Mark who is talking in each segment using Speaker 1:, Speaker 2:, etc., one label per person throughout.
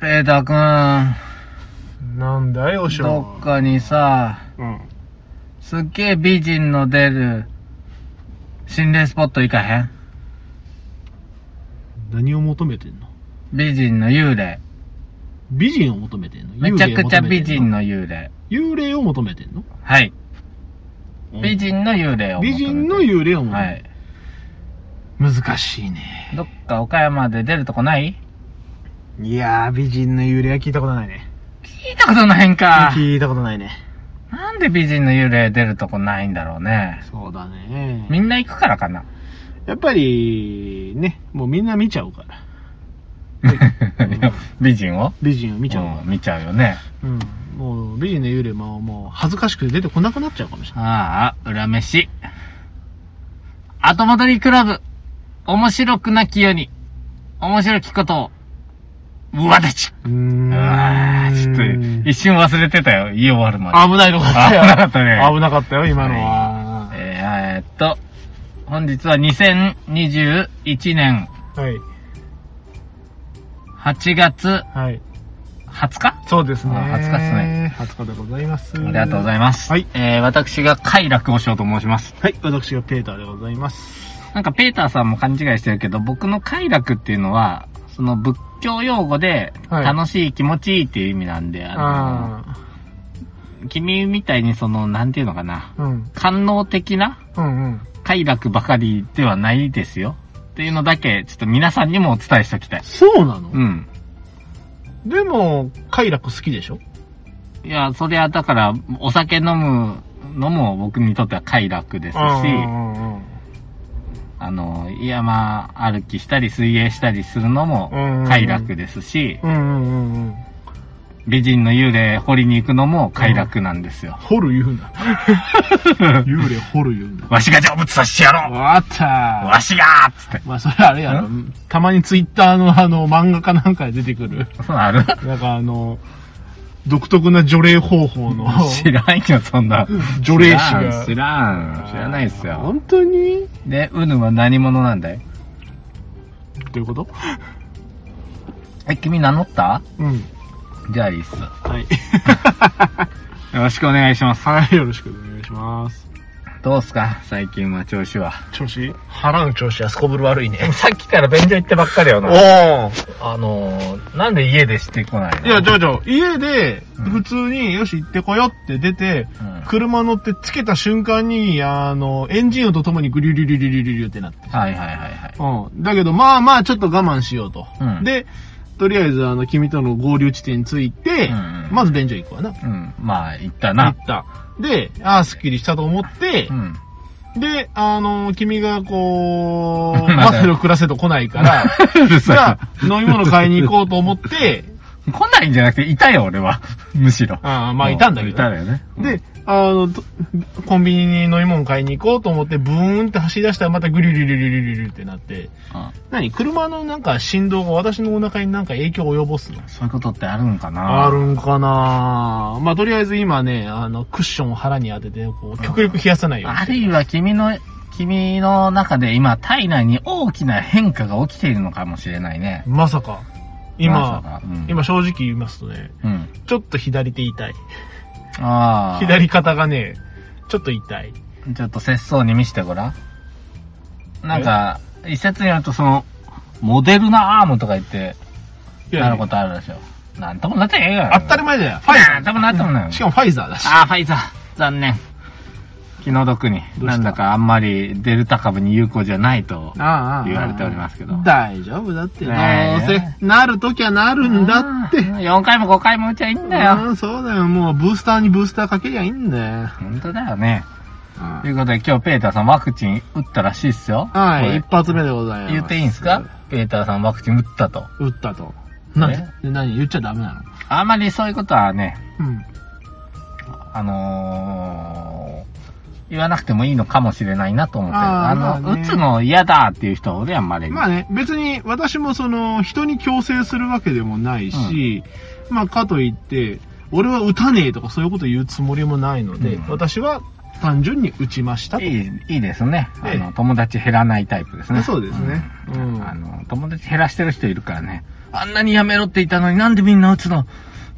Speaker 1: ペーターくん、
Speaker 2: なんだい、おしょ
Speaker 1: どっかにさ、
Speaker 2: うん。
Speaker 1: すっげえ美人の出る心霊スポット行かへん
Speaker 2: 何を求めてんの
Speaker 1: 美人の幽霊。
Speaker 2: 美人を求めてんの
Speaker 1: めちゃくちゃ美人
Speaker 2: の。
Speaker 1: の幽霊。
Speaker 2: 幽霊を求めてんの
Speaker 1: はい。美人の幽霊を求め
Speaker 2: 美
Speaker 1: てる。
Speaker 2: 人の幽霊を求
Speaker 1: は
Speaker 2: め
Speaker 1: い
Speaker 2: て。る。難しいね。
Speaker 1: どっか岡山で出るとこない
Speaker 2: いやー、美人の幽霊は聞いたことないね。
Speaker 1: 聞いたことないんか。
Speaker 2: 聞いたことないね。
Speaker 1: なんで美人の幽霊出るとこないんだろうね。
Speaker 2: そうだね。
Speaker 1: みんな行くからかな。
Speaker 2: やっぱり、ね、もうみんな見ちゃうから。ん
Speaker 1: いや 美人を
Speaker 2: 美人を見ちゃうか
Speaker 1: ん見ちゃうよね。
Speaker 2: ら。うん。もう、美人の幽霊も、もう、恥ずかしくて出てこなくなっちゃうかもしれない。
Speaker 1: ああ、裏飯。後戻りクラブ。面白くなきように。面白きことを。うわだち。
Speaker 2: うーん
Speaker 1: ああ、ちょっと、一瞬忘れてたよ。言い終わるまで。
Speaker 2: 危ないとこだったよ。
Speaker 1: 危なかったね
Speaker 2: 危なかったよ、今のは。
Speaker 1: えー、っと、本日は2021年
Speaker 2: はい。
Speaker 1: 8月
Speaker 2: はい。
Speaker 1: 20日
Speaker 2: そうですね。
Speaker 1: あ20日っすね。
Speaker 2: 20日でございます。
Speaker 1: ありがとうございます。
Speaker 2: はい。
Speaker 1: えー、私が快楽をしようと申します。
Speaker 2: はい、私がペーターでございます。
Speaker 1: なんかペーターさんも勘違いしてるけど、僕の快楽っていうのは、その仏教用語で、
Speaker 2: はい
Speaker 1: 楽しい気持ちいいっていう意味なんで、あ
Speaker 2: あ
Speaker 1: の、君みたいにその、なんていうのかな、
Speaker 2: あ。うん。
Speaker 1: 官能的な
Speaker 2: うんうん。
Speaker 1: 快楽ばかりではないですよ。っていうのだけ、ちょっと皆さんにもお伝えしておきたい。
Speaker 2: そうなの
Speaker 1: うん。
Speaker 2: でも、快楽好きでしょ
Speaker 1: いや、それはだから、お酒飲むのも僕にとっては快楽ですし、
Speaker 2: うんうん
Speaker 1: あの、山歩きしたり水泳したりするのも
Speaker 2: うん。
Speaker 1: 快楽。ですし、
Speaker 2: うんうんうんうん。
Speaker 1: 美人の幽霊掘りに行くのも快楽なんですよ。
Speaker 2: 掘る言う な。幽霊掘る言うな。
Speaker 1: わしが成仏させてやろ
Speaker 2: わかった
Speaker 1: うわしがーっつって。
Speaker 2: まあ、それあれやろ。たまにツイッターのあの、漫画かなんかで出てくる。
Speaker 1: そうなる
Speaker 2: なんかあの、独特な除霊方法の。
Speaker 1: 知らんよ、そんな。
Speaker 2: 除霊師が。
Speaker 1: 知らん、知らないっすよ。
Speaker 2: 本当に
Speaker 1: で、うぬは何者なんだい
Speaker 2: どういうこと
Speaker 1: え、君名乗った
Speaker 2: うん。
Speaker 1: じゃあいいっす。
Speaker 2: はい。
Speaker 1: よろしくお願いします。
Speaker 2: はい、よろしくお願いします。
Speaker 1: どうっすか最近は調子は。
Speaker 2: 調子腹の調子はすこぶる悪いね。
Speaker 1: さっきから便所行ってばっかりよ
Speaker 2: お
Speaker 1: な。
Speaker 2: ー。
Speaker 1: あのー、なんで家でしてこないの
Speaker 2: いや、ちょちょ、家で、
Speaker 1: うん
Speaker 2: 普通に、よし行ってこよって出て、
Speaker 1: うん
Speaker 2: 車乗ってつけた瞬間に、あの、エンジン音とともにグリュリュリュリュリュリュリュってなって。
Speaker 1: はいはいはいはい。
Speaker 2: うん。だけど、まあまあ、ちょっと我慢しようと。
Speaker 1: うん
Speaker 2: で、とりあえず、あの、君との合流地点に着いて、
Speaker 1: うんうん
Speaker 2: まず便所行くわな。
Speaker 1: うん、まあ、行った
Speaker 2: 行
Speaker 1: な
Speaker 2: っ。た。で、ああ、スッキリしたと思って
Speaker 1: う、ん。
Speaker 2: で、あの、君が こう、
Speaker 1: まだ
Speaker 2: マセの暮らせと来ない から、
Speaker 1: うる
Speaker 2: じゃあ、飲み物買いに行こうと思って、
Speaker 1: 来ないんじゃなくて、いたよ、俺は。 むしろ。
Speaker 2: ああ、まあ、いたんだけ
Speaker 1: い
Speaker 2: ど
Speaker 1: た。よね。
Speaker 2: で、あの、とコンビニに飲み物買いに行こうと思って、ブーンって走り出したらまたグリュリュリュリュリュリュリュってなって、
Speaker 1: あ、
Speaker 2: 何車のなんか振動が私のお腹になんか影響を及ぼすの
Speaker 1: そういうことってあるんかな
Speaker 2: あるんかなまあ、とりあえず今ね、あの、クッションを腹に当てて、こう、極力冷やさないように
Speaker 1: あるいは君の、君の中で今、体内に大きな変化が起きているのかもしれないね。
Speaker 2: まさか、
Speaker 1: まさ
Speaker 2: 今、
Speaker 1: か、うん、
Speaker 2: 今正直言いますとね、
Speaker 1: うん。
Speaker 2: ちょっと左手痛い。
Speaker 1: ああ。
Speaker 2: 左肩がね、ちょっと痛い。
Speaker 1: ちょっと節操に見せてごらん。なんか、一説によるとその、モデルナアームとか言って、
Speaker 2: いや
Speaker 1: なることあるでしょ。なんともなってへんや
Speaker 2: 当たり前だよ。ファイザ
Speaker 1: なんともなってもない
Speaker 2: ー。しかもファイザーだし。
Speaker 1: あー、ファイザー。残念。気の毒に。
Speaker 2: どうした
Speaker 1: なんだかあんまりデルタ株に有効じゃないと。
Speaker 2: ああ
Speaker 1: 言われておりますけど
Speaker 2: 大丈夫だって。どう
Speaker 1: ねえ
Speaker 2: せ、なるときはなるんだって。
Speaker 1: 4回も5回も打ちゃいいんだ
Speaker 2: う
Speaker 1: よ。
Speaker 2: んそうだよ。もう、ブースターにブースターかけりゃいいんだよ。
Speaker 1: 本当だよね。
Speaker 2: うん
Speaker 1: ということで今日ペーターさんワクチン打ったらしいっすよ。
Speaker 2: はい、一
Speaker 1: こ
Speaker 2: 発目でござい
Speaker 1: れ
Speaker 2: ます。
Speaker 1: 言っていいんすかペーターさんワクチン打ったと。
Speaker 2: 打ったと。なん
Speaker 1: ね
Speaker 2: で何言っちゃダメな
Speaker 1: あんまりそういうことはね、
Speaker 2: のうん。
Speaker 1: あのー、言わなくてもいいのかもしれないなと思って。
Speaker 2: あー
Speaker 1: あ
Speaker 2: まあ
Speaker 1: の、
Speaker 2: ね
Speaker 1: 打つの嫌だっていう人は俺はまれに。
Speaker 2: まあね、別に私もその、人に強制するわけでもないし、まあ、かといって、俺は打たねえとかそういうこと言うつもりもないので、
Speaker 1: うん
Speaker 2: 私は単純に打ちましたと。
Speaker 1: いい、いいですね。あ
Speaker 2: ええ
Speaker 1: の、友達減らないタイプですね。
Speaker 2: そうですね
Speaker 1: うん
Speaker 2: うん
Speaker 1: あの、友達減らしてる人いるからね。あんなにやめろって言ったのになんでみんな打つの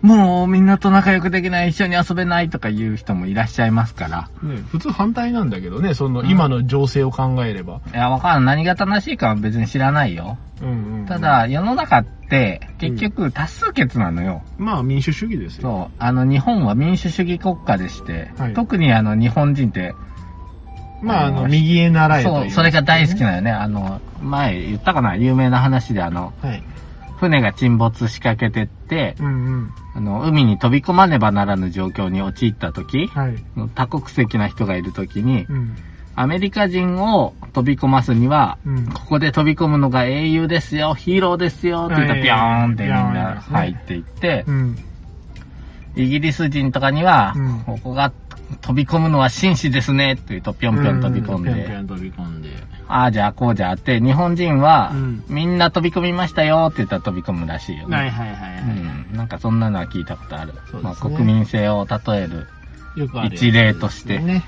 Speaker 1: もうみんなと仲良くできない、一緒に遊べないとか言う人もいらっしゃいますから。
Speaker 2: ね、普通反対なんだけどね、そ
Speaker 1: う
Speaker 2: の
Speaker 1: ん
Speaker 2: 今の情勢を考えれば。
Speaker 1: いや、わからん。何が正しいかは別に知らないよ。
Speaker 2: うんうんうん
Speaker 1: た、だ、世の中って、結局多数決なのよ。
Speaker 2: まあ民主主義ですよ。
Speaker 1: そう。あの、日本は民主主義国家でして、
Speaker 2: はい
Speaker 1: 特にあの、日本人って、
Speaker 2: まああ
Speaker 1: う
Speaker 2: の、
Speaker 1: ん
Speaker 2: 右へ習えという、
Speaker 1: そう、それが大好きなのよね。あの、前言ったかな有名な話であの、
Speaker 2: はい。
Speaker 1: 船が沈没しかけてって、
Speaker 2: うんうん。
Speaker 1: あの、海に飛び込まねばならぬ状況に陥った時、
Speaker 2: はい。
Speaker 1: 多国籍な人がいる時に
Speaker 2: う、ん。
Speaker 1: アメリカ人を飛び込ますには、
Speaker 2: うん。
Speaker 1: ここで飛び込むのが英雄ですよ、ヒーローですよ、って言ったら
Speaker 2: はい
Speaker 1: ピョーンってみん
Speaker 2: ピョーン
Speaker 1: な
Speaker 2: ですね
Speaker 1: 入っていって
Speaker 2: う、ん。
Speaker 1: イギリス人とかには
Speaker 2: うん、
Speaker 1: ここが飛び込むのは紳士ですね、って言うとピョンピョン飛び込ん
Speaker 2: うぴょんぴ
Speaker 1: で、
Speaker 2: ょん飛び込んで。
Speaker 1: ああじゃあこうじゃあって、日本人は
Speaker 2: うん、
Speaker 1: みんな飛び込みましたよって言ったら飛び込むらしいよ
Speaker 2: はい
Speaker 1: ね。
Speaker 2: はいはい、
Speaker 1: う
Speaker 2: はい
Speaker 1: ん、なんかそんなのは聞いたことある。
Speaker 2: そうですね
Speaker 1: まあ、国民性を例える、
Speaker 2: よくあるやつですね、
Speaker 1: 一例として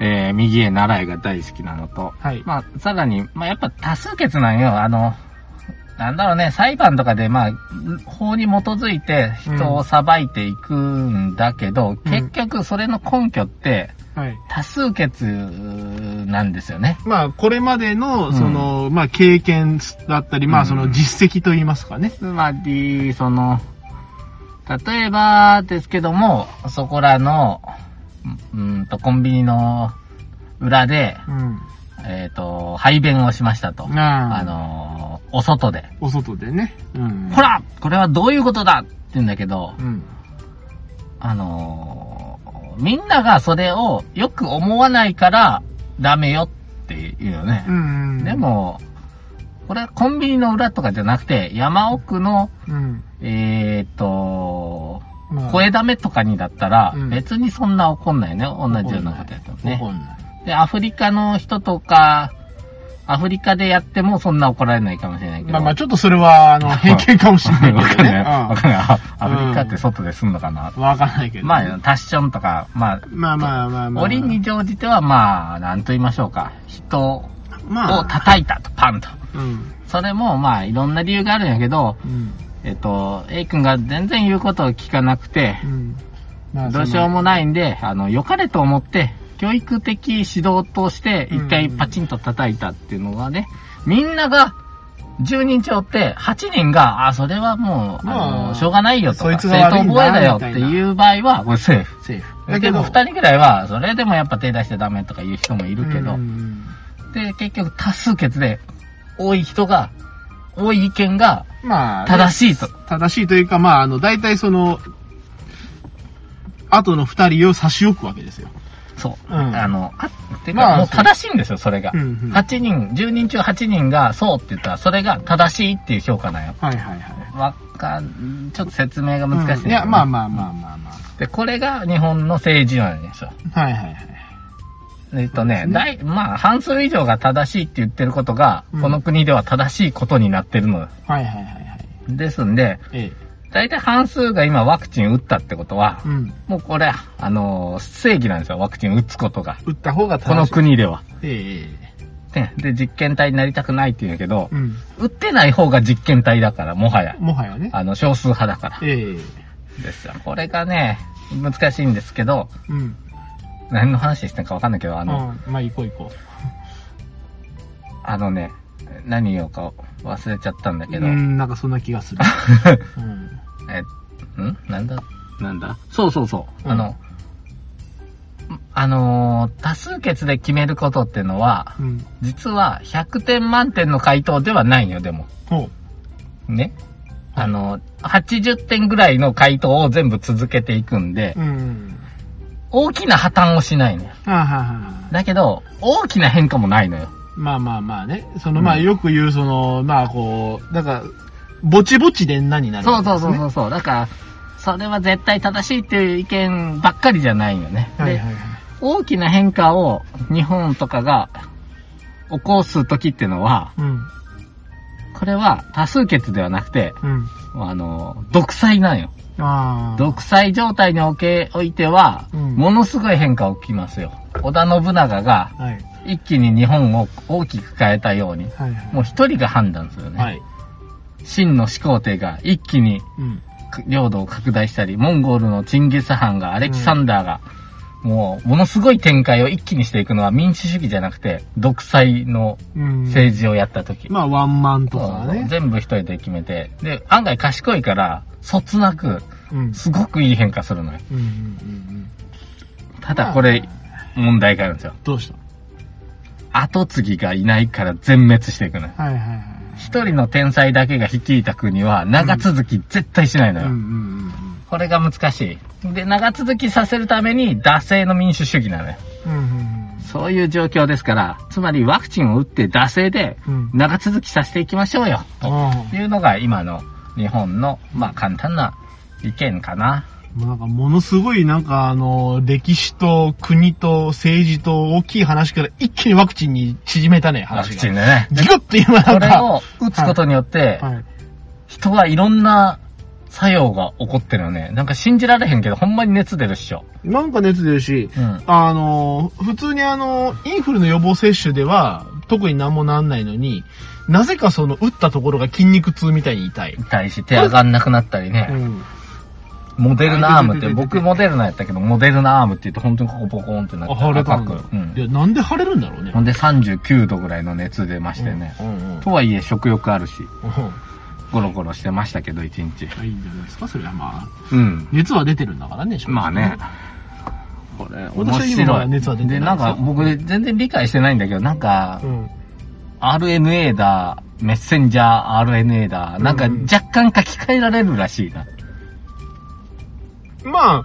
Speaker 1: えー、右へ習いが大好きなのと、
Speaker 2: はい。
Speaker 1: まあ、さらに、まあ、やっぱ多数決なんよ。あの、なんだろうね、裁判とかで、まあ、法に基づいて人を裁いていくんだけど、結局それの根拠って
Speaker 2: はい。
Speaker 1: 多数決なんですよね。
Speaker 2: まあ、これまで
Speaker 1: う
Speaker 2: の、
Speaker 1: ん
Speaker 2: その、まあ、経験だったり、ま
Speaker 1: う
Speaker 2: あ、
Speaker 1: ん
Speaker 2: その実績といいますかね。
Speaker 1: つまり、その、例えばですけども、そこらの、ううーんと、コンビニの裏で、
Speaker 2: うん。
Speaker 1: えっ、と、排便をしましたと。
Speaker 2: あ
Speaker 1: あ
Speaker 2: の、
Speaker 1: のーお外で。
Speaker 2: お外でね。うん。
Speaker 1: ほらこれはどういうことだって言うんだけど、
Speaker 2: うん。
Speaker 1: あのーみんながそれをよく思わないからダメよって言うよね
Speaker 2: う。ん。うん
Speaker 1: で、も、これはコンビニの裏とかじゃなくて、山奥の、
Speaker 2: うん。
Speaker 1: えっ、と、
Speaker 2: まあ
Speaker 1: 声ダメとかにだったら
Speaker 2: う、ん
Speaker 1: 別にそんな怒んないね。同じようなことやっても
Speaker 2: 怒
Speaker 1: ね。
Speaker 2: んない
Speaker 1: で、アフリカの人とか、アフリカでやってもそんな怒られないかもしれないけど。
Speaker 2: まあまあ、ちょっとそれは、あの、偏見かもしれ
Speaker 1: わ
Speaker 2: ないけ
Speaker 1: か
Speaker 2: ど
Speaker 1: ん
Speaker 2: ね
Speaker 1: ない。わかんない。あアフリカって外で住んのかな
Speaker 2: うんわかんないけどね。
Speaker 1: まあ、タッションとか、ま
Speaker 2: まあまあまあ
Speaker 1: あ、
Speaker 2: まあ。
Speaker 1: 折に乗じては、まあ、なんと言いましょうか。人を
Speaker 2: まあ、
Speaker 1: 叩いたと、パンと。
Speaker 2: うん。
Speaker 1: それも、まあ、いろんな理由があるんやけど、
Speaker 2: うん。
Speaker 1: えっと、A 君が全然言うことを聞かなくて、
Speaker 2: うん。まあ
Speaker 1: どうしようもないんで、あの、良かれと思って、教育的指導として、一回パチンと叩いたっていうのがね、みんなが、10人ちょって、8人が、あ、それはもう、あ
Speaker 2: ま
Speaker 1: の、
Speaker 2: あ
Speaker 1: しょうがないよと
Speaker 2: そ
Speaker 1: か、
Speaker 2: いつ
Speaker 1: 正
Speaker 2: が悪
Speaker 1: 当
Speaker 2: いんだ
Speaker 1: 防衛だよっていう場合は、これセーフ。
Speaker 2: そのセーフ。
Speaker 1: だけど、2人ぐらいは、それでもやっぱ手出しちゃダメとか言う人もいるけど
Speaker 2: う、ん
Speaker 1: で、結局多数決で、多い人が、多い意見が
Speaker 2: まあ、し
Speaker 1: 正
Speaker 2: い。
Speaker 1: しいと。
Speaker 2: 正しいというか、まあ、あの、大体その、後の二人を差し置くわけですよ。
Speaker 1: そう。
Speaker 2: うん
Speaker 1: あの、あてか、
Speaker 2: まあ
Speaker 1: もう
Speaker 2: そう
Speaker 1: 正しいんですよ、それが。
Speaker 2: うんうん
Speaker 1: 8人、10人中8人がそうって言ったら、それが正しいっていう評価なんよ。
Speaker 2: はいはいはい。
Speaker 1: わかん、ちょっと説明が難しい、
Speaker 2: うんいや、まあまあまあまあま
Speaker 1: あ。で、これが日本の政治なんですよ。
Speaker 2: あ。はいはいはい。
Speaker 1: えっと
Speaker 2: そ
Speaker 1: ね、
Speaker 2: うですね
Speaker 1: 大、まあ、半数以上が正しいって言ってることが、
Speaker 2: うん
Speaker 1: この国では正しいことになってるのよ
Speaker 2: はいはいはいはい。
Speaker 1: ですんで、
Speaker 2: ええ。
Speaker 1: 大体半数が今ワクチン打ったってことは
Speaker 2: う、ん。
Speaker 1: もうこれ、あのー正義なんですよ、ワクチン打つことが。
Speaker 2: 打った方が正しい。
Speaker 1: この。国では。
Speaker 2: ええ。
Speaker 1: ねで、実験体になりたくないって言うんやけど、
Speaker 2: うん。
Speaker 1: 打ってない方が実験体だから、もはや。
Speaker 2: もはやね。
Speaker 1: あの、少数派だから。
Speaker 2: ええ。
Speaker 1: ですよ。これがね、難しいんですけど、
Speaker 2: うん。
Speaker 1: 何の話してんかわかんないけど、あ
Speaker 2: あ
Speaker 1: の、
Speaker 2: の、まあ、行こう行こ
Speaker 1: あのね、何言おうか忘れちゃったんだ
Speaker 2: う。
Speaker 1: け
Speaker 2: う
Speaker 1: ど、
Speaker 2: ん、なんかそんな気がする。 うん。
Speaker 1: え、んなんだなんだそうそうそう。
Speaker 2: うん
Speaker 1: あの、んあのー多数決で決めることってのは、
Speaker 2: うん。
Speaker 1: 実は100点満点の回答ではないよ、でも。
Speaker 2: ほう。
Speaker 1: ね。あの、80点ぐらいの回答を全部続けていくんで、
Speaker 2: うん。
Speaker 1: 大きな破綻をしないのよ。
Speaker 2: ああはあはあ。
Speaker 1: だけど、大きな変化もないのよ。
Speaker 2: まあまあまあね。その、
Speaker 1: うん
Speaker 2: まあよく言う、その、まあこう、なんか、ぼちぼちで何になる
Speaker 1: そ
Speaker 2: わ
Speaker 1: う
Speaker 2: け
Speaker 1: そ
Speaker 2: で
Speaker 1: う
Speaker 2: すね、
Speaker 1: そうそう。だから、それは絶対正しいっていう意見ばっかりじゃないよね。
Speaker 2: はい
Speaker 1: で
Speaker 2: はいはい。
Speaker 1: 大きな変化を日本とかが起こす時ってのは、
Speaker 2: うん。
Speaker 1: これは多数決ではなくて、
Speaker 2: うん。
Speaker 1: あの、独裁なんよ。
Speaker 2: ああ。
Speaker 1: 独裁状態におけおいては、
Speaker 2: うん
Speaker 1: ものすごい変化起きますよ。織田信長が
Speaker 2: はい。
Speaker 1: 一気に日本を大きく変えたように、
Speaker 2: はいはい。
Speaker 1: もう一人が判断するね。
Speaker 2: はい。
Speaker 1: 秦の始皇帝が一気に
Speaker 2: うん。
Speaker 1: 領土を拡大したり、モンゴルのチンギス・ハンが、アレキサンダーが、もう、ものすごい展開を一気にしていくのは民主主義じゃなくて、独裁の
Speaker 2: うん。
Speaker 1: 政治をやった時。
Speaker 2: まあ、ワンマンと
Speaker 1: そ
Speaker 2: か
Speaker 1: うそう
Speaker 2: ね。
Speaker 1: 全部一人で決めて、で、案外賢いから、そつなく、
Speaker 2: うん。
Speaker 1: すごくいい変化するのよ。
Speaker 2: うんうんうんうん。
Speaker 1: ただこれ
Speaker 2: ま、
Speaker 1: 問題があるんですよ。
Speaker 2: どうした
Speaker 1: 後継ぎがいないから全滅していくのよ。
Speaker 2: はいはいはい。
Speaker 1: 一人の天才だけが率いた国は、長続き絶対しないの
Speaker 2: うん
Speaker 1: よ。
Speaker 2: うんうん
Speaker 1: これが難しい。で、長続きさせるために、惰性の民主主義なのよ。
Speaker 2: うん。うんうん
Speaker 1: そういう状況ですから、つまりワクチンを打って惰性で
Speaker 2: うん。うん。
Speaker 1: 長続きさせていきましょうよ。と
Speaker 2: ああ
Speaker 1: いうのが今の日本の、まあ簡単な意見かな。
Speaker 2: もうなんかものすごいなんかあの、歴史と国と政治と大きい話から一気にワクチンに縮めたね、
Speaker 1: ワ
Speaker 2: 話
Speaker 1: ク
Speaker 2: が。
Speaker 1: チンでね。
Speaker 2: ギュッて今な
Speaker 1: こ
Speaker 2: ん
Speaker 1: れ
Speaker 2: か。
Speaker 1: を打つことによって、
Speaker 2: はい。
Speaker 1: 人はいろんな作用が起こってるよね。なんか信じられへんけど、ほんまに熱出るっしょ。
Speaker 2: なんか熱出るし、
Speaker 1: うん。
Speaker 2: あの、普通にあの、インフルの予防接種では特になんもなんないのに、なぜかその打ったところが筋肉痛みたいに痛い。
Speaker 1: 対して手上がんなくなったりね。
Speaker 2: ん。
Speaker 1: モデルナアームって、
Speaker 2: あ出て出て
Speaker 1: 僕モデルナやったけど、モデルナアームって言って本当にここボコンってな
Speaker 2: あ、
Speaker 1: って
Speaker 2: 腫れた
Speaker 1: 赤
Speaker 2: ん
Speaker 1: く
Speaker 2: だ。。
Speaker 1: うん
Speaker 2: い。や、なんで腫れるんだろうね。
Speaker 1: ほんで39度ぐらいの熱出ましてね。
Speaker 2: うんうんうん。
Speaker 1: とはいえ食欲あるし、
Speaker 2: うん
Speaker 1: ゴロゴロしてましたけど、一日。
Speaker 2: いいんじゃないですか、それはまあ。
Speaker 1: うん。
Speaker 2: 熱は出てるんだからね、正直
Speaker 1: まあね。。これ、面
Speaker 2: 私は今ま
Speaker 1: 白
Speaker 2: だ
Speaker 1: い。
Speaker 2: 熱は出てない
Speaker 1: で、なんか僕全然理解してないんだけど、なんか
Speaker 2: う、ん。
Speaker 1: RNA だ、メッセンジャー RNA だ、なんか
Speaker 2: うんうん
Speaker 1: 若干書き換えられるらしいな。
Speaker 2: まあ、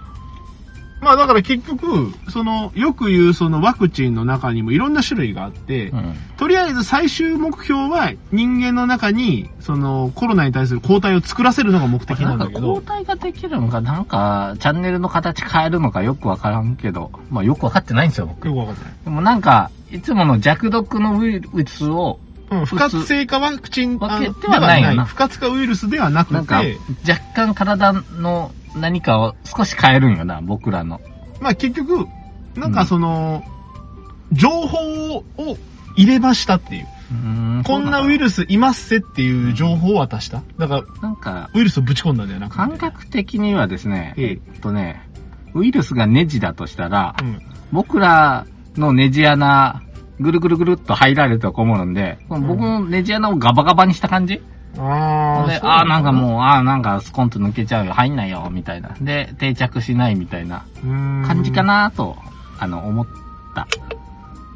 Speaker 2: まあだから結局、その、よく言うそのワクチンの中にもいろんな種類があって、
Speaker 1: うん。
Speaker 2: とりあえず最終目標は人間の中に、そのコロナに対する抗体を作らせるのが目的
Speaker 1: な
Speaker 2: なんん
Speaker 1: か
Speaker 2: だけど
Speaker 1: 交、代ができるのか、なんか、チャンネルの形変えるのかよくわからんけど、まあよくわかってないんですよ、僕。
Speaker 2: よくわかんない。
Speaker 1: でもなんか、いつもの弱毒のウイルスを、
Speaker 2: うん、不活性化ワクチン
Speaker 1: わけ
Speaker 2: あの
Speaker 1: ではないよな
Speaker 2: 不活化ウイルスではなく
Speaker 1: なんか
Speaker 2: て、、
Speaker 1: 若干体の何かを少し変えるんよな、僕らの。
Speaker 2: まあ結局、なんかその、情報を入れましたっていう。こんなウイ
Speaker 1: ル
Speaker 2: ルスいますせっていう情報を渡した。だから、
Speaker 1: ス。なんか、
Speaker 2: ウイルスをぶち込んだんだよな。
Speaker 1: 感覚的にはですね、
Speaker 2: え
Speaker 1: え
Speaker 2: え
Speaker 1: っとね、ウイルスがネジだとしたら、
Speaker 2: うん。
Speaker 1: 僕らのネジ穴、ぐるぐるぐるっと入られたこもるんで、
Speaker 2: ん
Speaker 1: 僕のネジ穴をガバガバにした感じ、
Speaker 2: あ
Speaker 1: で、ああ、なんかもう、ああ、なんかスコンと抜けちゃうよ、入んないよ、みたいな。で、定着しないみたいな
Speaker 2: う、感
Speaker 1: 感じか。なと、あの、思った。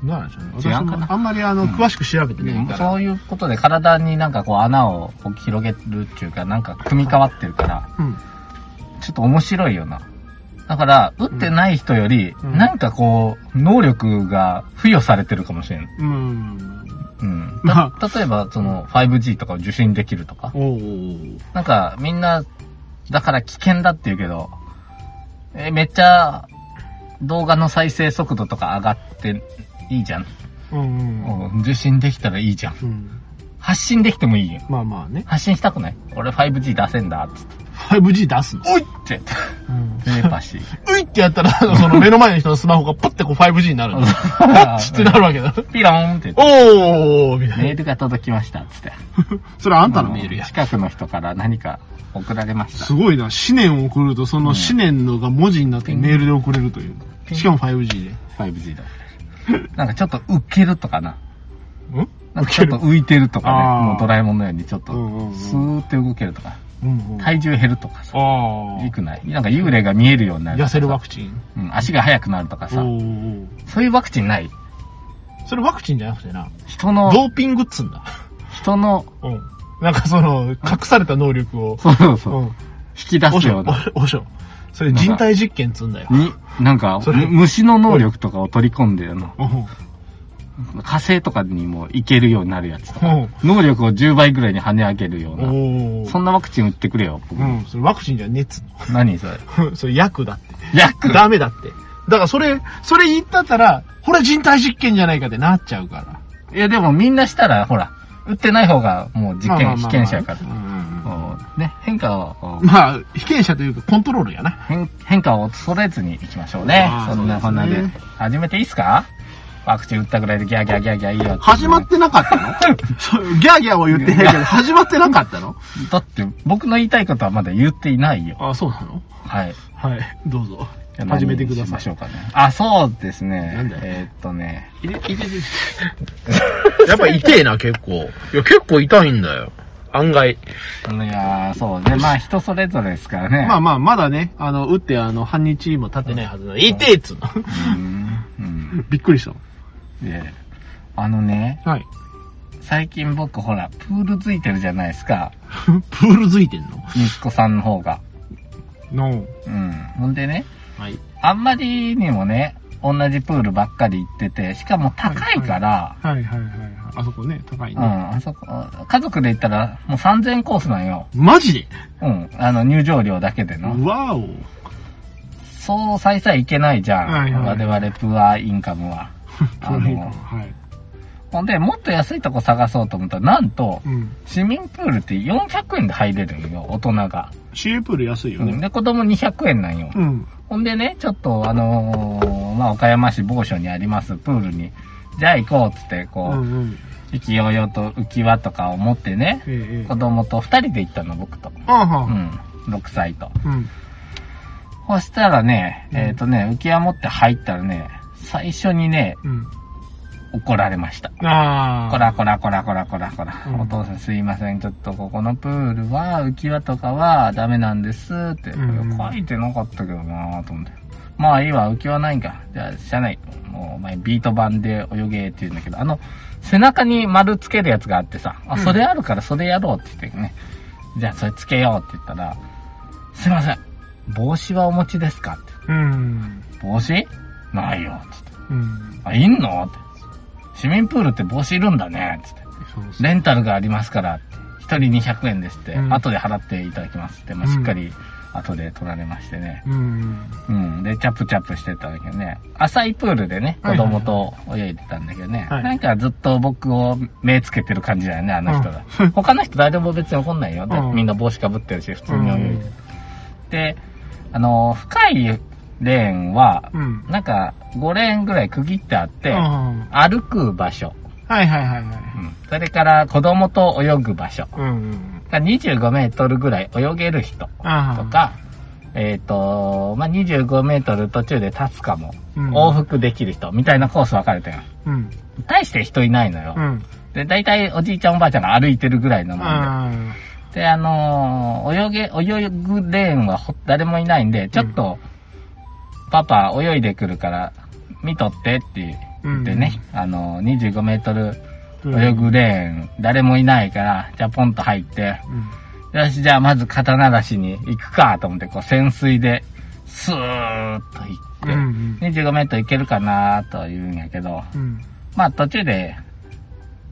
Speaker 2: なんでしょうね。
Speaker 1: 違うか
Speaker 2: 私
Speaker 1: な
Speaker 2: もあんまりあの、
Speaker 1: うん
Speaker 2: 詳しく調べてないから。
Speaker 1: そういうことで体になんかこう穴をこう広げるっていうかなんか組み替わってるから、
Speaker 2: うん。
Speaker 1: ちょっと面白いよな。だから、打ってない人より、
Speaker 2: うん
Speaker 1: なんかこう、能力が付与されてるかもしれん。
Speaker 2: うん。
Speaker 1: うん。
Speaker 2: ま
Speaker 1: た例えば、その、5G とかを受信できるとか。
Speaker 2: おー
Speaker 1: なんか、みんな、だから危険だって言うけど、え、めっちゃ、動画の再生速度とか上がっていいじゃん。
Speaker 2: うんうん
Speaker 1: うん受信できたらいいじゃん。
Speaker 2: うん。
Speaker 1: 発信できてもいいよ。
Speaker 2: まあまあね。
Speaker 1: 発信したくない俺 5G 出せんだ、つって。
Speaker 2: 5G 出すの。
Speaker 1: おいってやった。
Speaker 2: うん。
Speaker 1: テレパ シー。
Speaker 2: ういってやったら、あの その目の前の人のスマホがパッてこう 5G にな るの。パッってなるわけだ。
Speaker 1: ピローンって言って。
Speaker 2: おーみた
Speaker 1: メ
Speaker 2: い
Speaker 1: ー
Speaker 2: な。
Speaker 1: ルが届きました、つって。
Speaker 2: それあんたのメールや。
Speaker 1: 近くの人から何か送られまし
Speaker 2: す
Speaker 1: た。
Speaker 2: ごいな。思念を送ると、その思念のが文字になってメールで送れるという。
Speaker 1: ピン
Speaker 2: しかも 5G で。
Speaker 1: 5G だ。なんかちょっとウケるとかな。
Speaker 2: ん
Speaker 1: なんかちょっと浮いてるとか
Speaker 2: あー
Speaker 1: ね。もうドラえもんのようにちょっと
Speaker 2: うんうんうん、
Speaker 1: スーって動けるとか。
Speaker 2: うんうん。
Speaker 1: 体重減るとかさ。
Speaker 2: あ
Speaker 1: いいくないなんか幽霊が見えるようにな
Speaker 2: あ。
Speaker 1: ると
Speaker 2: 痩
Speaker 1: かさ。
Speaker 2: せるワクチン。
Speaker 1: うん、足が速くなるとか
Speaker 2: お
Speaker 1: さ。
Speaker 2: ー
Speaker 1: そういうワクチンない
Speaker 2: それワクチンじゃなくてな、
Speaker 1: 人の、
Speaker 2: ドーピングっつんだ。
Speaker 1: 人の、
Speaker 2: うん。なんかその、隠された能力を、
Speaker 1: そうそうそうう。
Speaker 2: ん。
Speaker 1: 引き出
Speaker 2: お
Speaker 1: す
Speaker 2: し
Speaker 1: よう
Speaker 2: ょ
Speaker 1: な。、
Speaker 2: おしょ。それ人体実験っつんだよ。
Speaker 1: に、なんか
Speaker 2: それ、
Speaker 1: 虫の能力とかを取り込んでるの。
Speaker 2: うん。
Speaker 1: 火星とかにも行けるようになるやつと
Speaker 2: う
Speaker 1: か。能力を10倍ぐらいに跳ね上げるような。
Speaker 2: ん。おー
Speaker 1: そんなワクチン打ってくれよ、僕
Speaker 2: うん。それワクチンじゃねえっつう
Speaker 1: 何 それ。
Speaker 2: の。 それ薬だって。
Speaker 1: 薬
Speaker 2: ダメだって。だからそれ、それ言ったったら、これ人体実験じゃないかってなっちゃうから。
Speaker 1: いやでもみんなしたら、ほら、打ってない方がもう実
Speaker 2: まあ
Speaker 1: 験、
Speaker 2: ま
Speaker 1: 被
Speaker 2: あまあ
Speaker 1: 験者やか
Speaker 2: うん
Speaker 1: ら。
Speaker 2: うんうん
Speaker 1: うんね、変化を、うん
Speaker 2: まあ、被験者というかコントロールやな。
Speaker 1: 変変化を恐れずに行きましょうね
Speaker 2: あ。
Speaker 1: そ
Speaker 2: ー
Speaker 1: んなこんな
Speaker 2: そう
Speaker 1: で
Speaker 2: ですね。
Speaker 1: 始めていいっすかワクチン打ったぐらいでギャーギャーギャーギャーいいよって。
Speaker 2: 始まってなかっ たのそうギャーギャーは言ってないけど、始まってなかったの
Speaker 1: だって、僕の言いたいことはまだ言っていないよ。
Speaker 2: あ、そうなの
Speaker 1: はい。
Speaker 2: はい、どうぞ。
Speaker 1: じゃあ
Speaker 2: 始めてくだ
Speaker 1: 何にし
Speaker 2: さ
Speaker 1: ま
Speaker 2: い
Speaker 1: し。ょうかね。あ、そうですね。
Speaker 2: なんだよ
Speaker 1: えーっとね。
Speaker 2: いれいれいれ
Speaker 3: やっぱ痛えな、結構。いや、結構痛いんだよ。案外。
Speaker 1: いやーそうね。まあ人それぞれですからね。
Speaker 2: まあまあ、まだね、あの、打って、あの、半日も経ってないはずなのに。
Speaker 3: 痛えっつうの。
Speaker 1: うーん。うん。
Speaker 2: びっくりしたの。
Speaker 1: で、あのね、
Speaker 2: はい。
Speaker 1: 最近僕ほら、プールついてるじゃないですか。
Speaker 2: プール付いてんの
Speaker 1: 息子さんの方が。
Speaker 2: の
Speaker 1: うん。ほんでね、
Speaker 2: はい。
Speaker 1: あんまりにもね、同じプールばっかり行ってて、しかも高いから、
Speaker 2: はいはいはいはい。あそこね、高い
Speaker 1: うん、
Speaker 2: ね。
Speaker 1: あそこ、家族で行ったらもう3000コースなんよ。
Speaker 2: マジで
Speaker 1: うん、あの入場料だけでの。
Speaker 2: わお。
Speaker 1: そうさいさい行けないじゃん。
Speaker 2: はいはい
Speaker 1: 我々プアインカムは。
Speaker 2: プールいいかはい。
Speaker 1: ほんで、もっと安いとこ探そうと思ったら、なんと、
Speaker 2: うん。
Speaker 1: 市民プールって400円で入れるんよ、大人が。
Speaker 2: シープール安いよ
Speaker 1: うん
Speaker 2: ね。
Speaker 1: で、子供200円なんよ。
Speaker 2: うん。
Speaker 1: ほんでね、ちょっと、あのーまあ、岡山市某所にありますプールに、じゃあ行こうっつって、
Speaker 2: う
Speaker 1: こう、
Speaker 2: んうん。
Speaker 1: 意気揚々と浮き輪とかを持ってね、
Speaker 2: ええ
Speaker 1: 子。供と二人で行ったの、僕と。
Speaker 2: あ
Speaker 1: う
Speaker 2: は。
Speaker 1: ん、6歳と。
Speaker 2: うん。
Speaker 1: そしたらね、
Speaker 2: うん
Speaker 1: えっ、とね、浮き輪持って入ったらね、最初にね、
Speaker 2: うん。
Speaker 1: 怒られました。
Speaker 2: ああ。
Speaker 1: こらこらこらこらこらこら。
Speaker 2: うん
Speaker 1: お父さんすいません、ちょっとここのプールは浮き輪とかはダメなんですって。
Speaker 2: うん
Speaker 1: 書いてなかったけどなぁと思って。まあいいわ、浮き輪ないんか。じゃあ、車内。もうお前ビート板で泳げって言うんだけど、あの、背中に丸つけるやつがあってさ、あ、
Speaker 2: うん
Speaker 1: それあるからそれやろうって言ってね。じゃあそれつけようって言ったら、すいません、帽子はお持ちですかって。
Speaker 2: うん。
Speaker 1: 帽子ないよ。つって。
Speaker 2: うん。
Speaker 1: あ、いんのって。市民プールって帽子いるんだね。つって。
Speaker 2: そうそう。
Speaker 1: レンタルがありますから、一人200円ですって、
Speaker 2: うん
Speaker 1: 後で払っていただきますって、まあ、しっかり後で取られましてね。
Speaker 2: うん。
Speaker 1: うん。で、チャプチャプしてたんだけどね。浅いプールでね、
Speaker 2: は
Speaker 1: 子
Speaker 2: いはいは
Speaker 1: 供と
Speaker 2: い
Speaker 1: 泳いでたんだけどね。
Speaker 2: はい
Speaker 1: なんかずっと僕を目つけてる感じだよね、あの人が。他の人誰も別に怒んないよ。だって
Speaker 2: うん
Speaker 1: みんな帽子かぶってるし、普通
Speaker 2: う
Speaker 1: に泳いで
Speaker 2: ん。
Speaker 1: で、あの、深いレーンは、
Speaker 2: うん。
Speaker 1: なんか5レーンぐらい区切ってあって、
Speaker 2: あ
Speaker 1: 歩く場所、
Speaker 2: あはいはいは
Speaker 1: う
Speaker 2: いはい。
Speaker 1: んそれから子供と泳ぐ場所、
Speaker 2: うん。
Speaker 1: が25メートルぐらい泳げる人
Speaker 2: あ
Speaker 1: とか、えっ、と、まあ、25メートル途中で立つかも、
Speaker 2: うん
Speaker 1: 往復できる人みたいなコース分かれてる。
Speaker 2: うん。
Speaker 1: 大して人いないのよ
Speaker 2: う。ん。
Speaker 1: で、大体おじいちゃんおばあちゃんが歩いてるぐらいのもん
Speaker 2: あ
Speaker 1: で。で、あのー泳げ、泳ぐレーンはほ誰もいないんで、ちょっと、パパ泳いでくるから、見とってって言ってね、あのー25メートル
Speaker 2: あ。
Speaker 1: 泳ぐレーン、誰もいないから、じゃあポンと入って、
Speaker 2: うん。
Speaker 1: よし、じゃあまず刀出しに行くかと思って、こう潜水で、スーッと行って、
Speaker 2: うん。
Speaker 1: 25メートル行けるかなというんやけど、
Speaker 2: うん。
Speaker 1: まあ途中で、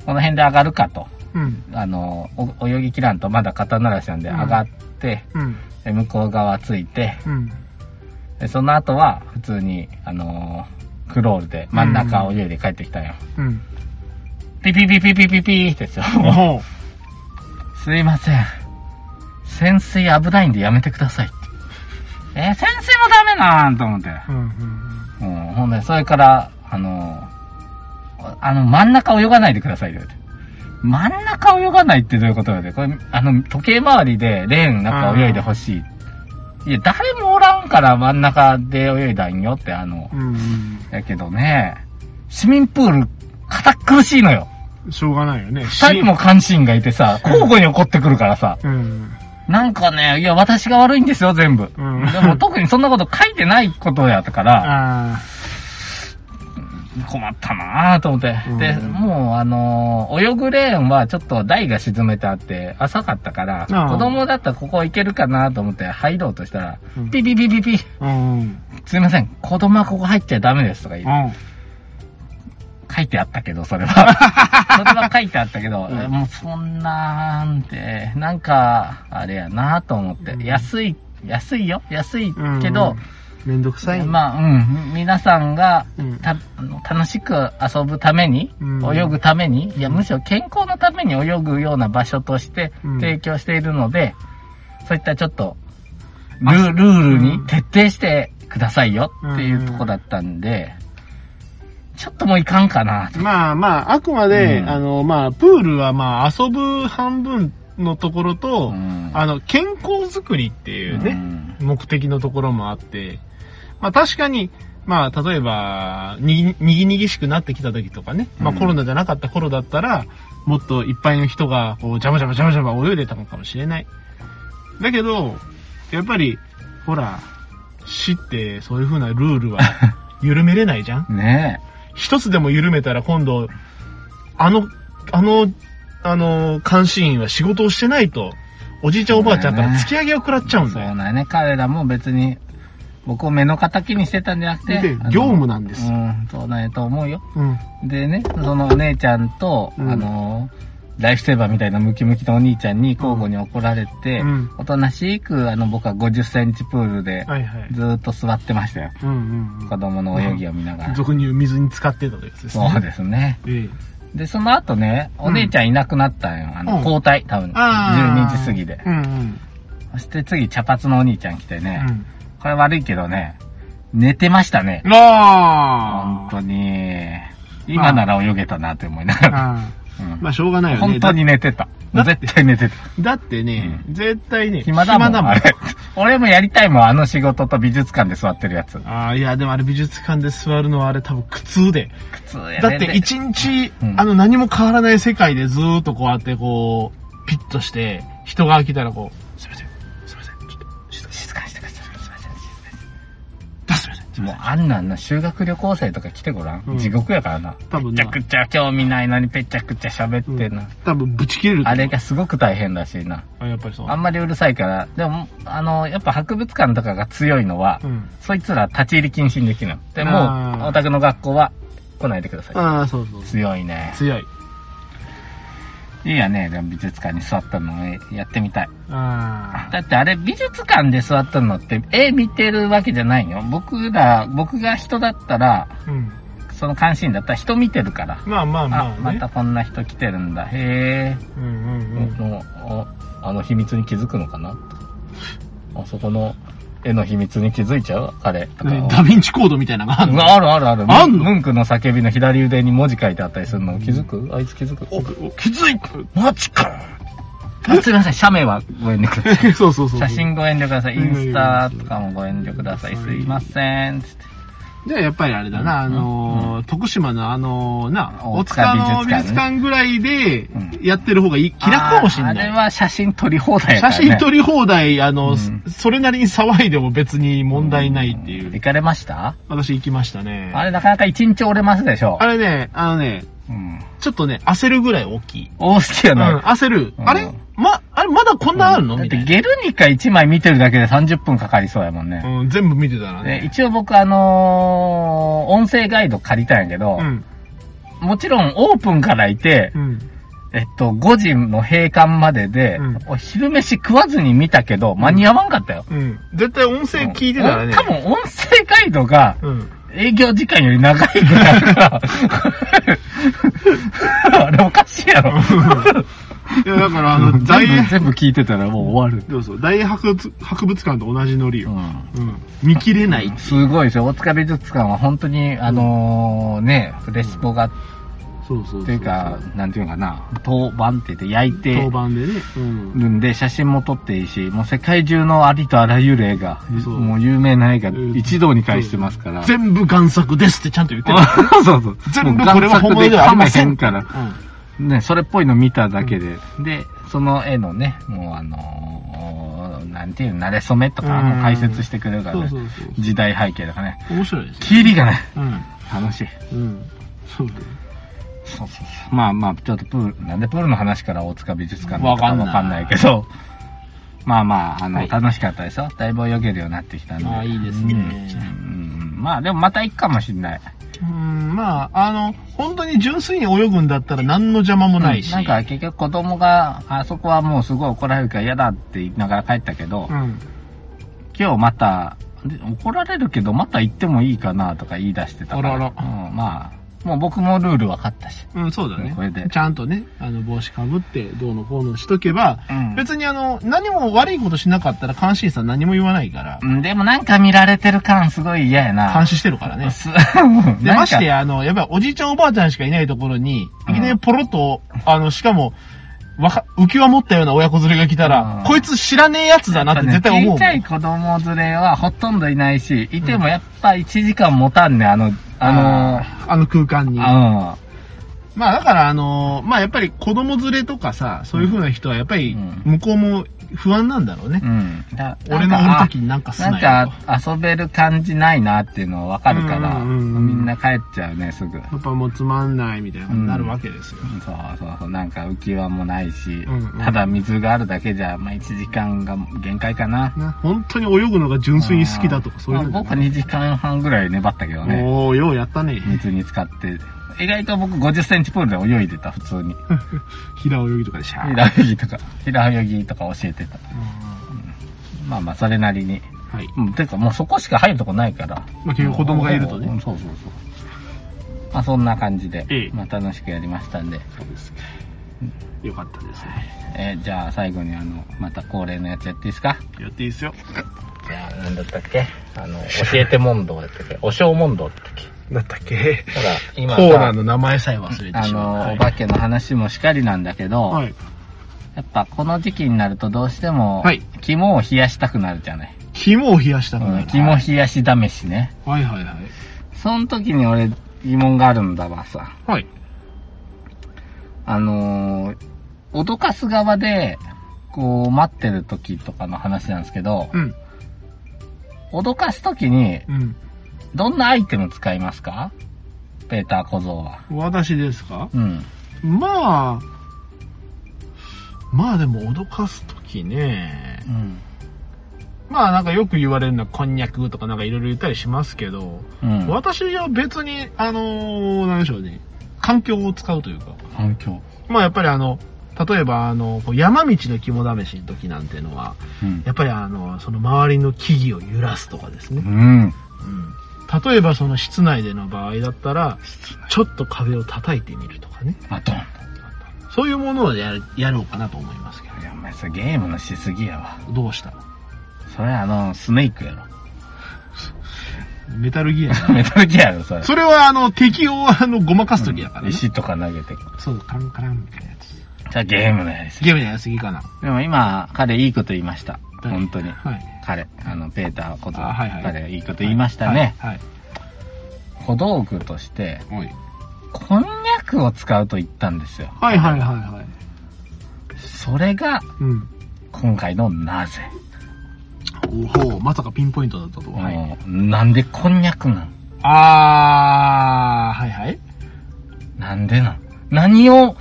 Speaker 1: この辺で上がるかと、
Speaker 2: うん。
Speaker 1: あの、お泳ぎ切らんとまだ刀出しなんで
Speaker 2: うん
Speaker 1: 上がって、
Speaker 2: うん。
Speaker 1: で向こう側ついて、
Speaker 2: うん。
Speaker 1: でその後は普通に、あのークロールで真ん中を泳いで帰ってきたよ。
Speaker 2: うん。
Speaker 1: ピピピピピピピーって 言ってたよ
Speaker 2: おう
Speaker 1: すいません。潜水危ないんでやめてくださいって。えー潜水もダメなんと思って。
Speaker 2: うん。
Speaker 1: うん、ほんで、それから、あのー、あの、真ん中泳がないでくださいよって。真ん中泳がないってどういうことだよ。これ、あの、時計回りでレーンなんか泳いでほしい。いや、誰もおらんから真ん中で泳いだんよって、あの、
Speaker 2: うん。
Speaker 1: やけどね、市民プール、堅苦しいのよ。
Speaker 2: うん。しょうがないよね。
Speaker 1: 二人も関心がいてさ、交互に怒ってくるからさ。
Speaker 2: うん。
Speaker 1: なんかね、いや、私が悪いんですよ、全部。
Speaker 2: うん
Speaker 1: でも特にそんなこと書いてないことやったから、
Speaker 2: あ
Speaker 1: 困ったなぁと思って。で、
Speaker 2: うん
Speaker 1: もう、あのー泳ぐレーンはちょっと台が沈めてあって、浅かったから、
Speaker 2: ああ
Speaker 1: 子供だったらここ行けるかなと思って入ろうとしたら、
Speaker 2: うん
Speaker 1: ピピピピピ、
Speaker 2: あ。うん。
Speaker 1: すいません、子供はここ入っちゃダメですとか言う
Speaker 2: うん。
Speaker 1: 書いてあったけど、それ は。それは書いてあったけど、
Speaker 2: うん
Speaker 1: もうそんなんて、なんか、あれやなと思って、
Speaker 2: うん
Speaker 1: 安い、安いよ、安いけど、
Speaker 2: めんどくさい。
Speaker 1: まあ、うん、皆さんが
Speaker 2: うん
Speaker 1: たあの楽しく遊ぶために、
Speaker 2: うん
Speaker 1: 泳ぐために、いや、むしろ健康のために泳ぐような場所として
Speaker 2: うん
Speaker 1: 提供しているので、そういったちょっとル、ルールに徹底してくださいよっていうとこだったんで、ちょっともういかんかな。
Speaker 2: まあまあ、あくまで、
Speaker 1: うん
Speaker 2: あの、まあ、プールはまあ、遊ぶ半分のところと、
Speaker 1: うん
Speaker 2: あの、健康づくりっていう
Speaker 1: う
Speaker 2: ね、
Speaker 1: ん
Speaker 2: 目的のところもあって、まあ確かに、まあ、例えば、ににぎにぎしくなってきた時とかね、ま
Speaker 1: う
Speaker 2: あ
Speaker 1: ん
Speaker 2: コロナじゃなかった頃だったら、もっといっぱいの人が、こう、ジャバジャバジャバジャバ泳いでたのかもしれない。だけど、やっぱり、ほら、死って、そういう風なル ールは、緩めれないじゃん
Speaker 1: ね
Speaker 2: 一つでも緩めたら今度、あの、あの、あの、監視員は仕事をしてないと、おじいちゃんおばあちゃんから突き上げを食らっちゃう
Speaker 1: え。
Speaker 2: ん
Speaker 1: そう
Speaker 2: だよ。
Speaker 1: だよね。彼らも別に、僕を目の敵にしてたんじゃなくて
Speaker 2: で、
Speaker 1: あの
Speaker 2: 業務なんです
Speaker 1: うん、そうだねと思うよ。
Speaker 2: うん。
Speaker 1: でね、そのお姉ちゃんと、
Speaker 2: うん
Speaker 1: あの、ライフセーバーみたいなムキムキのお兄ちゃんに交互に怒られて、
Speaker 2: うん
Speaker 1: おとなしく、あの、僕は50センチプールで、
Speaker 2: はいはい。
Speaker 1: ずーっと座ってましたよ。
Speaker 2: うんうん
Speaker 1: 子供の泳ぎを見なが
Speaker 2: うん。
Speaker 1: ら。
Speaker 2: 俗に言う水に浸かってたというやつですね。
Speaker 1: そうですね。
Speaker 2: ええ
Speaker 1: で、その後ね、お姉ちゃんいなくなったんよ。あ
Speaker 2: うん
Speaker 1: の、交代、多分。
Speaker 2: あー
Speaker 1: 12時過ぎで。
Speaker 2: うんうん。
Speaker 1: そして次、茶髪のお兄ちゃん来てね、
Speaker 2: うん。
Speaker 1: これ悪いけどね、寝てましたね。本
Speaker 2: あ
Speaker 1: 当に、今なら泳げたなって思いながら。
Speaker 2: あ
Speaker 1: うん
Speaker 2: まあ、しょうがないよね。
Speaker 1: 本当に寝てた。
Speaker 2: だって
Speaker 1: 絶対寝てた。
Speaker 2: だ。だってね、絶対ね、
Speaker 1: 暇だもん。
Speaker 2: あ
Speaker 1: あれ俺もやりたいもん、あの仕事と美術館で座ってるやつ。
Speaker 2: ああ、いや、でもあれ美術館で座るのはあれ多分苦痛で。
Speaker 1: 苦痛やね。
Speaker 2: だって一日、
Speaker 1: うん
Speaker 2: あの何も変わらない世界でずーっとこうやってこう、ピッとして、人が来たらこう、すいません、すいません、ちょっと、
Speaker 1: 静か静かにしてください。すいません静かに
Speaker 2: 出すいません、すいま
Speaker 1: もうあんなんな修学旅行生とか来てごらん。
Speaker 2: うん
Speaker 1: 地獄やからな。
Speaker 2: 多分
Speaker 1: めち
Speaker 2: な
Speaker 1: ゃくちゃ興味ないのにぺちゃくちゃ喋っ
Speaker 2: せん。
Speaker 1: てな。
Speaker 2: 多分ぶち切れると
Speaker 1: あ
Speaker 2: 思う。
Speaker 1: れがすごく大変だしな。
Speaker 2: あ、やっぱりそう。
Speaker 1: あんまりうるさいから。でも、あの、やっぱ博物館とかが強いのは、
Speaker 2: うん。
Speaker 1: そいつら立ち入り禁止にできるの。で
Speaker 2: あ
Speaker 1: も
Speaker 2: ー
Speaker 1: う、お宅の学校は来ないでください。
Speaker 2: ああ、そうそうそう。
Speaker 1: 強いね。
Speaker 2: 強い。
Speaker 1: いいやね、でも美術館に座ったのねやってみたい。
Speaker 2: あ
Speaker 1: だってあれ美術館で座ったのって絵見てるわけじゃないよ。僕ら、僕が人だったら、
Speaker 2: あ。うん。
Speaker 1: その関心だったら人見てるから。
Speaker 2: まあまあまあ
Speaker 1: あ
Speaker 2: ね。、
Speaker 1: またこんな人来てるんだ。へ
Speaker 2: うんうん
Speaker 1: え。
Speaker 2: うん。
Speaker 1: もうおあの秘密に気づくのかなあそこの絵の秘密に気づいちゃう彼とか
Speaker 2: ねダヴィンチコードみたいなのがある
Speaker 1: う
Speaker 2: の
Speaker 1: わあるあるある。
Speaker 2: あんの
Speaker 1: ムンクの叫びの左腕に文字書いてあったりするの。気づくあいつ気づく
Speaker 2: おお気づいた
Speaker 1: マジかあすいません、写メはご遠慮ください。
Speaker 2: そうそうそうそう。
Speaker 1: 写真ご遠慮ください。イ
Speaker 2: うん
Speaker 1: ンスタとかもご遠慮ください。
Speaker 2: うん
Speaker 1: すいません。つって
Speaker 2: じゃあやっぱりあれだな、あ
Speaker 1: うん
Speaker 2: のー徳島のあのーな、大
Speaker 1: 大
Speaker 2: 塚
Speaker 1: 塚
Speaker 2: の美
Speaker 1: 美
Speaker 2: 術
Speaker 1: 術
Speaker 2: 館
Speaker 1: 館
Speaker 2: ぐらいで
Speaker 1: うん
Speaker 2: やってる方がいい気楽かもしん
Speaker 1: あー
Speaker 2: な
Speaker 1: あれ
Speaker 2: い。
Speaker 1: は写真撮り放題やか
Speaker 2: 写
Speaker 1: ら、ね。
Speaker 2: 真撮り放題、あの、
Speaker 1: うん
Speaker 2: そそれなりに騒いでも別に問題ないってい
Speaker 1: 行
Speaker 2: う。
Speaker 1: かれました
Speaker 2: 私行きましたね。
Speaker 1: あれなかなか一日折れますでしょ。
Speaker 2: あれね、あのね、
Speaker 1: うん。
Speaker 2: ちょっとね、焦るぐらい大きい。
Speaker 1: 大好きや
Speaker 2: うん、
Speaker 1: な。
Speaker 2: 焦る。
Speaker 1: うん
Speaker 2: あれま、あれまだこんなあるの
Speaker 1: だっ
Speaker 2: みた
Speaker 1: て
Speaker 2: い
Speaker 1: ゲルニカ1枚見てるだけで30分かかりそうやもんね。
Speaker 2: な。うん、全部見てたら
Speaker 1: で
Speaker 2: ね。
Speaker 1: 一応僕あのー音声ガイド借りたんやけど、
Speaker 2: うん。
Speaker 1: もちろんオープンからいて
Speaker 2: う、ん。
Speaker 1: えっと、5時の閉館までで、
Speaker 2: うん
Speaker 1: お昼飯食わずに見たけど、間に合わんかったよ。
Speaker 2: うん。絶対音声聞いてたらね。
Speaker 1: 多分音声ガイドが
Speaker 2: うん。
Speaker 1: 営業時間より長いぐらいだから、 あれおかしいやろ。
Speaker 2: いや、だからあの、大、
Speaker 1: 全部全部聞いてたらもう終わる。
Speaker 2: どうぞ、大博物博物館と同じノリ
Speaker 1: う
Speaker 2: よ。
Speaker 1: ん
Speaker 2: うん。見切れない。
Speaker 1: すごいですよ。大塚美術館は本当に、あのーね、フレシポが、
Speaker 2: そうそうそう。
Speaker 1: というか、なんていうのかな、当番って言って焼い
Speaker 2: 当
Speaker 1: て
Speaker 2: 番でね。うん。
Speaker 1: るんで、写真も撮っていいし、もう世界中のありとあらゆる映画、
Speaker 2: そう
Speaker 1: もう有名な映画
Speaker 2: うん、
Speaker 1: 一堂に会してますから。
Speaker 2: 全部贋作ですってちゃんと言ってる。
Speaker 1: そうそう。
Speaker 2: 全部これは本物ではありません
Speaker 1: もう贋作で噛めへから。ね、それっぽいの見ただけで、で、その絵のね、もうあのーなんていうの、慣れ初めとか
Speaker 2: うん
Speaker 1: も解説してくれるから
Speaker 2: そう
Speaker 1: ね、
Speaker 2: そうそう。
Speaker 1: 時代背景とかね、
Speaker 2: 面白いですね。
Speaker 1: キリがね、
Speaker 2: うん。
Speaker 1: 楽しい。
Speaker 2: うん。そうだよ
Speaker 1: そうそうそう。まあまあ、ちょっとプール、なんでプールの話から大塚美術館の
Speaker 2: わか
Speaker 1: か
Speaker 2: んない
Speaker 1: わかんないけど、まあまあ、あの、
Speaker 2: はい
Speaker 1: 楽しかったですよ。だいぶ泳げるようになってきたんで。
Speaker 2: ああいいですね
Speaker 1: うんうんうんまあでもまた行くかもしんない。
Speaker 2: うん、まあ、あの、本当に純粋に泳ぐんだったら何の邪魔もないし。
Speaker 1: なんか、結局子供が、あそこはもうすごい怒られるから嫌だって言いながら帰ったけど、
Speaker 2: うん。
Speaker 1: 今日また、で怒られるけどまた行ってもいいかなとか言い出してたから。
Speaker 2: あらら
Speaker 1: うんまあ、もう僕もルール分かったし。
Speaker 2: うん、そうだね。
Speaker 1: これで
Speaker 2: ちゃんとね、あの、帽子かぶって、どうのこうのしとけば、
Speaker 1: うん
Speaker 2: 別にあの、何も悪いことしなかったら監視員さん何も言わないから、
Speaker 1: うん、でもなんか見られてる感すごい嫌やな。
Speaker 2: 監視してるから ね。
Speaker 1: すなん
Speaker 2: で、
Speaker 1: か
Speaker 2: ましてや、あの、やっぱりおじいちゃんおばあちゃんしかいないところに、
Speaker 1: うん
Speaker 2: いきなりポロッと、あの、しかも、わか、浮き輪持ったような親子連れが来た
Speaker 1: う
Speaker 2: ら
Speaker 1: ん、
Speaker 2: こいつ知らねえやつだなって絶対思うも
Speaker 1: 小
Speaker 2: ん。
Speaker 1: さい子供連れはほとんどいないし、いてもやっぱ1時間持たんね、あの、あ
Speaker 2: あの空間に。
Speaker 1: の、
Speaker 2: まあだからあのーまあやっぱり子供連れとかさ、そういう風な人はやっぱり
Speaker 1: うん
Speaker 2: 向こうも不安なんだろうね
Speaker 1: う。ん。うん。だ
Speaker 2: 俺のおる時になんかす
Speaker 1: なん
Speaker 2: なよ。
Speaker 1: か遊べる感じないなっていうのわかるから、
Speaker 2: うんうんうん
Speaker 1: みんな帰っちゃうね、すぐ。
Speaker 2: やっぱもうつまんないみたいなことになるわけですよ。
Speaker 1: そうそうそう、なんか浮き輪もないし、
Speaker 2: んうん
Speaker 1: ただ水があるだけじゃ、まあ1時間が限界かな。
Speaker 2: な本当に泳ぐのが純粋に好きだとかそういうの
Speaker 1: まあ僕は2時間半ぐらい粘ったけどね、
Speaker 2: おー、ようやったね。
Speaker 1: 水に浸かって。意外と僕50センチプールで泳いでた、普通に。
Speaker 2: 平泳ぎとかでシャー。
Speaker 1: 平泳ぎとか、平泳ぎとか教えてた。まあまあ、それなりに。
Speaker 2: はい。
Speaker 1: うん、てかもうそこしか入るとこないから。
Speaker 2: まあ結局子供がいるとね
Speaker 1: うんそうそうそう。まあそんな感じで
Speaker 2: ええ、
Speaker 1: まあ楽しくやりましたんで。
Speaker 2: そうですね。よかったですね。
Speaker 1: えーじゃあ最後にあの、また恒例のやつやっていいですか
Speaker 2: やっていいですよ。
Speaker 1: じゃあ、なんだったっけあの、教えて問答やったっ けお正問答やったっけ
Speaker 3: なんだっけ
Speaker 1: ほら、
Speaker 3: コ
Speaker 1: 今さ
Speaker 3: ーナーの名前さえ忘れて
Speaker 1: あ
Speaker 3: しまう。
Speaker 1: の、
Speaker 2: はい
Speaker 1: お化けの話もしかりなんだけど、
Speaker 2: はい。
Speaker 1: やっぱこの時期になるとどうしても、
Speaker 2: はい
Speaker 1: 肝を冷やしたくなるじゃない。
Speaker 2: 肝を冷やしたくな
Speaker 1: う
Speaker 2: る
Speaker 1: ん肝冷やし試しね。
Speaker 2: はいはいはい。
Speaker 1: その時に俺疑問があるんだわさ。
Speaker 2: はい。
Speaker 1: あのー、脅かす側で、こう待ってる時とかの話なんですけど、
Speaker 2: うん。
Speaker 1: 脅かす時に
Speaker 2: うん。
Speaker 1: どんなアイテム使いますかペーター小僧は。
Speaker 2: 私ですか
Speaker 1: うん。
Speaker 2: まあ、まあでも脅かすときね
Speaker 1: う。ん。
Speaker 2: まあなんかよく言われるのはこんにゃくとかなんかいろいろ言ったりしますけど、
Speaker 1: うん。
Speaker 2: 私は別に、あのー、なんでしょうね、環境を使うというか、
Speaker 1: 反響。
Speaker 2: まあやっぱりあの、例えばあの、こう山道の肝試しの時なんてのは、
Speaker 1: うん。
Speaker 2: やっぱりあの、その周りの木々を揺らすとかですね
Speaker 1: う。ん。
Speaker 2: うん。例えばその室内での場合だったら、ちょっと壁を叩いてみるとかね。
Speaker 1: あと。
Speaker 2: そういうものをやるやろうかなと思いますけ
Speaker 1: いや、お前さ、ゲームのしすぎやわ。
Speaker 2: ど。どうした
Speaker 1: それあの、スネークやろ。
Speaker 2: メタルギ ア
Speaker 1: メタルギアやろ、それ。
Speaker 2: それはあの、敵をあの、ごまかすときだからね。
Speaker 1: 石とか投げて。
Speaker 2: そう、カランカランみたいなやつ。
Speaker 1: じゃあゲームのやりすぎ。
Speaker 2: ゲームのやりすぎかな。
Speaker 1: でも今、彼いいこと言いました。
Speaker 2: 誰
Speaker 1: 本当に。
Speaker 2: はい。
Speaker 1: 彼、あの、ペーターこと、
Speaker 2: あはいはい
Speaker 1: 彼いいこと言いましたね。
Speaker 2: はい。
Speaker 1: 小道具として、
Speaker 2: はい。
Speaker 1: こんにゃくを使うと言ったんですよ。
Speaker 2: はいはいはいはい。
Speaker 1: それが、
Speaker 2: うん。
Speaker 1: 今回のなぜ。
Speaker 2: おほう、まさかピンポイントだったとは。
Speaker 1: もうなんでこんにゃくなん
Speaker 2: あー、はいはい。
Speaker 1: なんでなん何を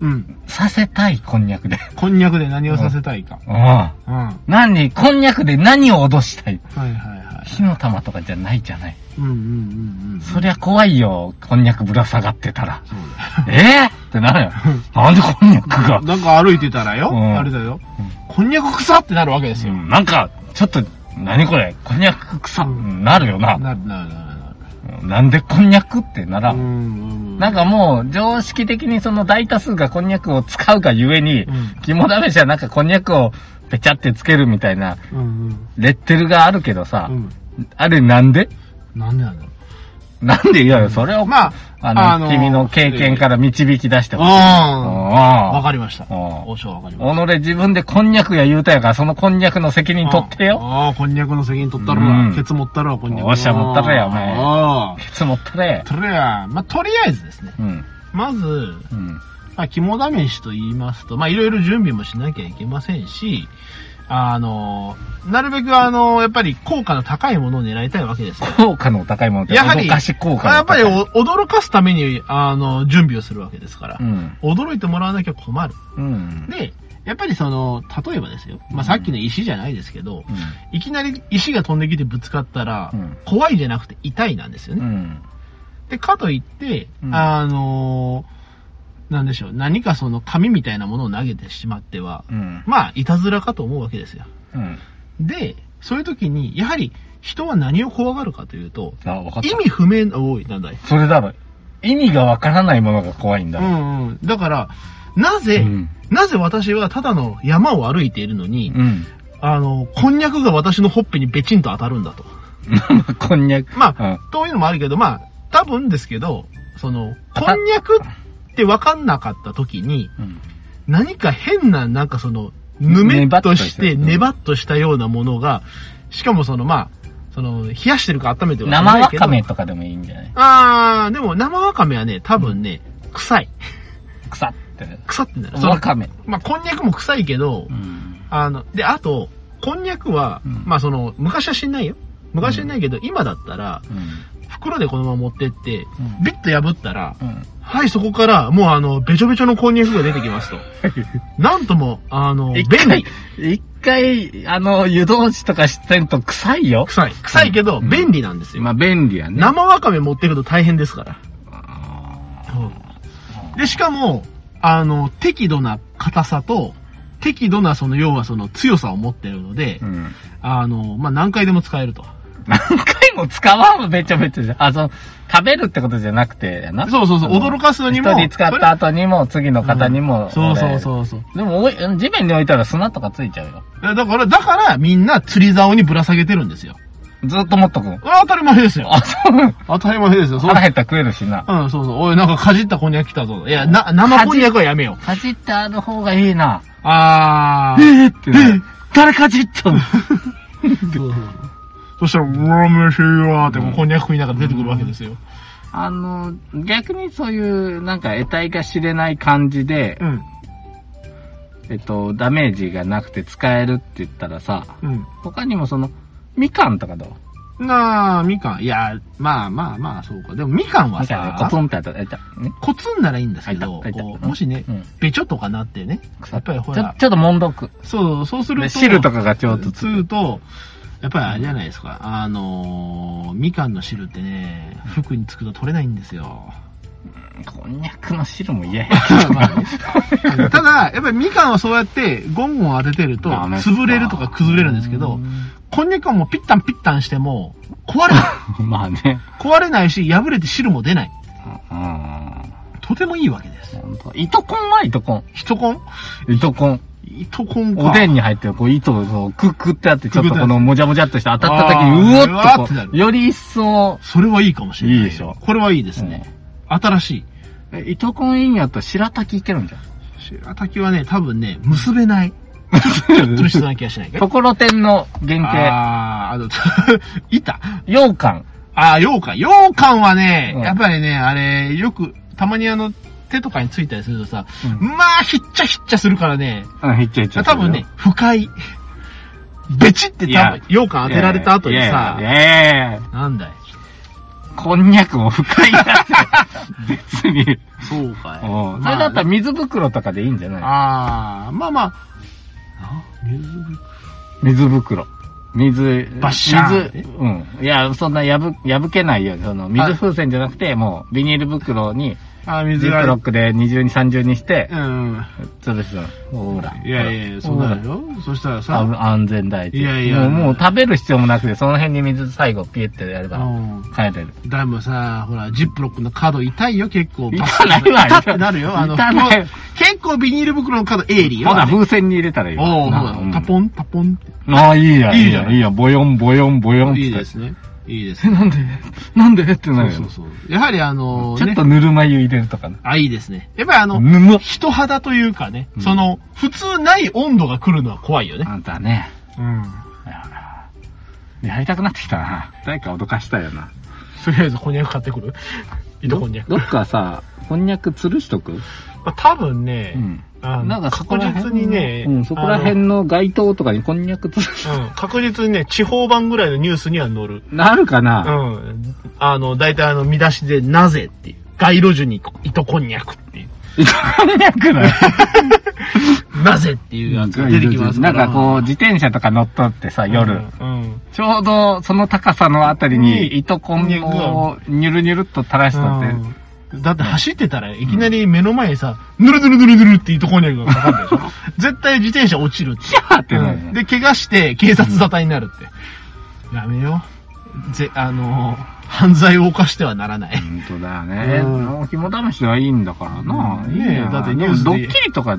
Speaker 2: うん。
Speaker 1: させたいこんにゃくで。
Speaker 2: こんにゃくで何をさせたいか。
Speaker 1: うん。な
Speaker 2: うん。は
Speaker 1: んで、こんにゃくで何を脅したい
Speaker 2: いはいはい。
Speaker 1: 火の玉とかじゃないじゃない。
Speaker 2: うんうんうんうん。
Speaker 1: そりゃ怖いよ、こんにゃくぶら下がってた ら。
Speaker 2: そう
Speaker 1: えー、ってなるよ。なんでこんにゃく
Speaker 2: だ
Speaker 1: が
Speaker 2: よ。。なんか歩いてたらよ、
Speaker 1: うん
Speaker 2: あれだよ、こんにゃく臭ってなるわけですよ。
Speaker 1: うんなんか、ちょっと、何これ、こんにゃく臭、
Speaker 2: うん
Speaker 1: なるよな。
Speaker 2: なるなるなるなる。
Speaker 1: なんでこんにゃくってならん、
Speaker 2: ん
Speaker 1: なん、かもう、常識的にその大多数がこんにゃくを使うがゆえに、
Speaker 2: うん
Speaker 1: 肝試しはなんかこんにゃくをぺちゃってつけるみたいな、
Speaker 2: うんうん。
Speaker 1: レッテルがあるけどさ、
Speaker 2: うん。
Speaker 1: あれなんで
Speaker 2: なんでなんだろう。
Speaker 1: なんでいやいや、それを、
Speaker 2: ま
Speaker 1: あの、
Speaker 2: あの
Speaker 1: 君の経験から導き出してほしい。
Speaker 2: あ、うん。わ
Speaker 1: わ
Speaker 2: かりました。
Speaker 1: うん
Speaker 2: 王将わかりまし
Speaker 1: 己自分でこんにゃくや言うたやから、そのこんにゃくの責任
Speaker 2: た。
Speaker 1: 取ってよ。
Speaker 2: ああ、こんにゃくの責任取ったろ
Speaker 1: うん
Speaker 2: わ。ケツ持ったろわ、こんにゃく。
Speaker 1: おっしゃ持ったろやお前
Speaker 2: ああ。
Speaker 1: いつも取れ。
Speaker 2: とりあえず、まあ、とりあえずですね。
Speaker 1: うん。
Speaker 2: まず、
Speaker 1: うん。
Speaker 2: まあ、肝試しと言いますと、まあ、いろいろ準備もしなきゃいけませんし、あの、なるべくあの、やっぱり効果の高いものを狙いたいわけですよ。
Speaker 1: 効果の高いものって、
Speaker 2: やはり、
Speaker 1: おかし効果
Speaker 2: まあや
Speaker 1: の
Speaker 2: っぱ
Speaker 1: 高
Speaker 2: り
Speaker 1: い。
Speaker 2: お驚かすために、あの、準備をするわけですから
Speaker 1: う。ん。
Speaker 2: 驚いてもらわなきゃ困る。
Speaker 1: うん。
Speaker 2: で、やっぱりその、例えばですよ。まあ、さっきの石じゃないですけど、いきなり石が飛んできてぶつかったら、
Speaker 1: うん
Speaker 2: 怖いじゃなくて痛いなんですよ
Speaker 1: うん。う
Speaker 2: ね。
Speaker 1: ん。
Speaker 2: で、かといって、
Speaker 1: うん
Speaker 2: あのーなんでしょう、何かその紙みたいなものを投げてしまっては、
Speaker 1: うん。
Speaker 2: まあ、いたずらかと思うわけですよ。
Speaker 1: うん。
Speaker 2: で、そういう時に、やはり人は何を怖がるかというと、
Speaker 1: あ、わかった
Speaker 2: 意。味不明な、おい、なんだい。
Speaker 1: それだろ。意味がわからないものが怖いんだ。
Speaker 2: うんうん。だから、なぜ、
Speaker 1: うん
Speaker 2: なぜ私はただの山を歩いているのに、
Speaker 1: うん。
Speaker 2: あの、こんにゃくが私のほっぺにべちんと当たるんだと。
Speaker 1: まあまあ、こんにゃく。
Speaker 2: ま
Speaker 1: うん
Speaker 2: あ、というのもあるけど、まあ、多分ですけど、その、こんにゃくって分かんなかった時に、
Speaker 1: うん
Speaker 2: 何か変な、なんかその、ぬめっとして、ね
Speaker 1: ね
Speaker 2: ば
Speaker 1: ば
Speaker 2: っとしたようなものが、しかもその、まあ、その、冷やしてるか温めてるかじゃ
Speaker 1: 生
Speaker 2: ない
Speaker 1: わ
Speaker 2: けど
Speaker 1: かめとかでもいいんじゃない
Speaker 2: あー、でも生わかめはね、多分ね、臭い。
Speaker 1: 腐って。
Speaker 2: 腐ってなる。その
Speaker 1: わ、かめ。
Speaker 2: まあ、こんにゃくも臭いけど、
Speaker 1: うん。
Speaker 2: あの、で、あと、こんにゃくは、
Speaker 1: うん
Speaker 2: まあその、昔は知んないよ。昔は知んないけど、今だったら、袋でこのまま持ってって、
Speaker 1: うん
Speaker 2: ビッと破ったら、
Speaker 1: うん。
Speaker 2: はい、そこから、もうあの、べちょべちょのこんにゃくが出てきますと。なんとも、あの、便
Speaker 1: 一回
Speaker 2: 利。、
Speaker 1: 一回、あの、湯通しとかしてんと臭いよ。
Speaker 2: 臭い。臭いけど、
Speaker 1: うん
Speaker 2: 便利なんですよ。
Speaker 1: まあ、便利やね。
Speaker 2: 生わかめ持ってくと大変ですから。で、しかも、あの、適度な硬さと、適度なその、要はその強さを持ってるので、
Speaker 1: うん。
Speaker 2: あの、まあ、何回でも使えると。
Speaker 1: 何回も使わんもべちょべちょじゃん。あ、その、食べるってことじゃなくてやな。
Speaker 2: そうそうそう、
Speaker 1: あの
Speaker 2: 驚かすのにも。
Speaker 1: 人に使った後にも、次の方にも。
Speaker 2: そうそう
Speaker 1: う。
Speaker 2: そうそう。
Speaker 1: でも、おい地面に置いたら砂とかついちゃうよ。
Speaker 2: だから、だからみんな釣り竿にぶら下げてるんですよ。
Speaker 1: ずっと持っとく。
Speaker 2: あ当たり前ですよ。
Speaker 1: あ、そう。
Speaker 2: 当たり前ですよ。そう
Speaker 1: 腹減ったら食えるしな。
Speaker 2: うん、そうそう。おい、なんかかじったこんにゃく来たぞ。いや、な、生こんにゃくはやめよう。
Speaker 1: かじってある方がいいな。
Speaker 2: あ
Speaker 1: え
Speaker 2: ー。
Speaker 1: ーってなる誰かじったの
Speaker 2: そうそうそしたら、うわ、飯はって、こんにゃく食いながら出てくるわけですよ。
Speaker 1: あの、逆にそういう、なんか得体が知れない感じで、
Speaker 2: うん。
Speaker 1: えっと、ダメージがなくて使えるって言ったらさ、
Speaker 2: うん。
Speaker 1: 他にもその、みかんとかどう
Speaker 2: なあ、みかん。いや、まあまあまあ、そうか。でも、みかんは
Speaker 1: みかん
Speaker 2: さ
Speaker 1: ね、コツンってやったら、えっと、ね。
Speaker 2: コツンならいいんです
Speaker 1: あ
Speaker 2: け
Speaker 1: いた、
Speaker 2: ど、
Speaker 1: あいた。
Speaker 2: こうもしね
Speaker 1: う、ん
Speaker 2: べちょとかなってね、やっぱりほ
Speaker 1: ちょ
Speaker 2: ら、
Speaker 1: ちょっともんどく。
Speaker 2: そう、そうすると。
Speaker 1: で汁とかがちょっとつ
Speaker 2: つうと、やっぱりあれじゃないですか。あのー、みかんの汁ってね、服につくと取れないんですよ。
Speaker 1: こんにゃくの汁も嫌や
Speaker 2: まあねただ、やっぱりみかんはそうやって、ゴンゴン当ててると、
Speaker 1: ダメっすか
Speaker 2: 潰れるとか崩れるんですけど、こんにゃくはもうピッタンピッタンしても、壊れない。
Speaker 1: うんまあね。
Speaker 2: 壊れないし、破れて汁も出ない。
Speaker 1: うん。
Speaker 2: とてもいいわけです。
Speaker 1: ほんと糸こんは糸こん。
Speaker 2: 糸こん
Speaker 1: 糸こん。
Speaker 2: 糸こんか。
Speaker 1: おでん
Speaker 2: に。
Speaker 1: に入ってる、こう、糸をこうくくってあって、ちょっとこのもじゃもじゃっとして当たった時
Speaker 2: あ
Speaker 1: に、うお
Speaker 2: ー
Speaker 1: っとこ
Speaker 2: うわーってなる
Speaker 1: う、より一層、
Speaker 2: それはいいかもしれない。
Speaker 1: いいでしょ
Speaker 2: これはいいですね。
Speaker 1: ね。
Speaker 2: 新しい。
Speaker 1: え糸こんいいんやったら白滝いけるんじゃん。
Speaker 2: 白滝はね、多分ね、結べない。つるしそうな気がしないけど。
Speaker 1: ところてんの原
Speaker 2: あー、あの、 板。
Speaker 1: 型、羊羹。
Speaker 2: あー、羊羹。羊羹はね、
Speaker 1: うん
Speaker 2: やっぱりね、あれ、よく、たまにあの、手とかについたりするとさ、
Speaker 1: う
Speaker 2: まあ、ひっちゃひっちゃするからね、
Speaker 1: うん、ひっちゃいっちゃ。
Speaker 2: 多分ね、、不快。べちって
Speaker 1: い
Speaker 2: 多分
Speaker 1: や、
Speaker 2: 羊羹当てられた後に
Speaker 1: いやい
Speaker 2: さ、
Speaker 1: やいやいや
Speaker 2: なんだい。
Speaker 1: こんにゃくも深いなって。 別に。
Speaker 2: そうか
Speaker 1: うんそれだったら水袋とかでいいんじゃない
Speaker 2: あー、まあまあ、あ水ぶ
Speaker 1: 水袋。水、
Speaker 2: バッシャーン
Speaker 1: 水、うん。いや、そんな破、破けないように、その、水風船じゃなくて、もう、ビニール袋に、
Speaker 2: あー、
Speaker 1: ジ
Speaker 2: 水
Speaker 1: ッ
Speaker 2: が
Speaker 1: プロックで二重に三重にして
Speaker 2: う、ん。
Speaker 1: そうですよ。ほら。
Speaker 2: いやいや、そうなる
Speaker 1: よ。
Speaker 2: よ。そしたらさ、
Speaker 1: あ安全第一。
Speaker 2: いやいや
Speaker 1: もう、もう食べる必要もなくて、その辺に水最後ピエってやれ
Speaker 2: う
Speaker 1: ば、
Speaker 2: ん。
Speaker 1: 帰れる。
Speaker 2: でもさ、ほら、ジップロックの角痛いよ、結構。
Speaker 1: 痛ないわ
Speaker 2: 痛ってなるよ。あの、
Speaker 1: 痛ない
Speaker 2: 結構ビニール袋の角鋭利よ。
Speaker 1: ほら、
Speaker 2: あれ
Speaker 1: 風船に入れたらいいわ
Speaker 2: おお、
Speaker 1: な
Speaker 2: ほら、タポン、タポンって。
Speaker 1: うんああ、いいや、
Speaker 2: い
Speaker 1: い
Speaker 2: い
Speaker 1: い
Speaker 2: じゃ
Speaker 1: や、
Speaker 2: ん
Speaker 1: いいや、ボヨン、ボヨン、ボヨンって。
Speaker 2: いいですね。いいです
Speaker 1: え、
Speaker 2: ね。
Speaker 1: なんで なんでってな
Speaker 2: そ
Speaker 1: る
Speaker 2: う
Speaker 1: よ
Speaker 2: そうそう。やはりあの、
Speaker 1: ちょっと
Speaker 2: ね
Speaker 1: ぬるま湯入れるとかな。
Speaker 2: あ、いいですね。やっぱりあの、
Speaker 1: ぬむ
Speaker 2: 人肌というかね、
Speaker 1: うん
Speaker 2: その、普通ない温度が来るのは怖いよね。
Speaker 1: あんたね。
Speaker 2: うん。
Speaker 1: やりたくなってきたな。誰か脅かしたよな。
Speaker 2: とりあえず、こんにゃく買って くる糸こんにゃく。
Speaker 1: ど
Speaker 2: ま
Speaker 1: っかさ、こんにゃく吊るしとく
Speaker 2: あ多分ね、あの
Speaker 1: なんかそこら辺
Speaker 2: 確実にね
Speaker 1: うん、そこら辺の街灯とかにこんにゃく吊るし、
Speaker 2: うん、確実にね、地方版ぐらいのニュースには載る。
Speaker 1: なるか
Speaker 2: う
Speaker 1: な、
Speaker 2: ん。あの、大体あの、見出しで、なぜっていう。街路樹に糸こんにゃくっていう。
Speaker 1: こんにゃく だよ。
Speaker 2: なぜっていうやつが出てきます
Speaker 1: な
Speaker 2: か
Speaker 1: ん
Speaker 2: ら。
Speaker 1: かこう、自転車とか乗っとってさ、夜。
Speaker 2: うん。うん。
Speaker 1: ちょうどその高さのあたり
Speaker 2: に
Speaker 1: に糸こん
Speaker 2: こんにゃくが
Speaker 1: をニュルニュルっと垂らしとって、
Speaker 2: だって走ってたら、いきなり目の前にさ、ぬるぬるぬるぬるって糸こんにゃくがかかる でしょ。絶対自転車落ちるって。
Speaker 1: キャーってなるよね
Speaker 2: うんで、怪我して警察沙汰になるって。やめよぜ、あの、犯罪を犯してはならない。
Speaker 1: 本当だよね。
Speaker 2: うん
Speaker 1: もう肝試しはいいんだからな。
Speaker 2: うん
Speaker 1: いい
Speaker 2: ねえ
Speaker 1: や
Speaker 2: だってニュースで
Speaker 1: ドッキリとか、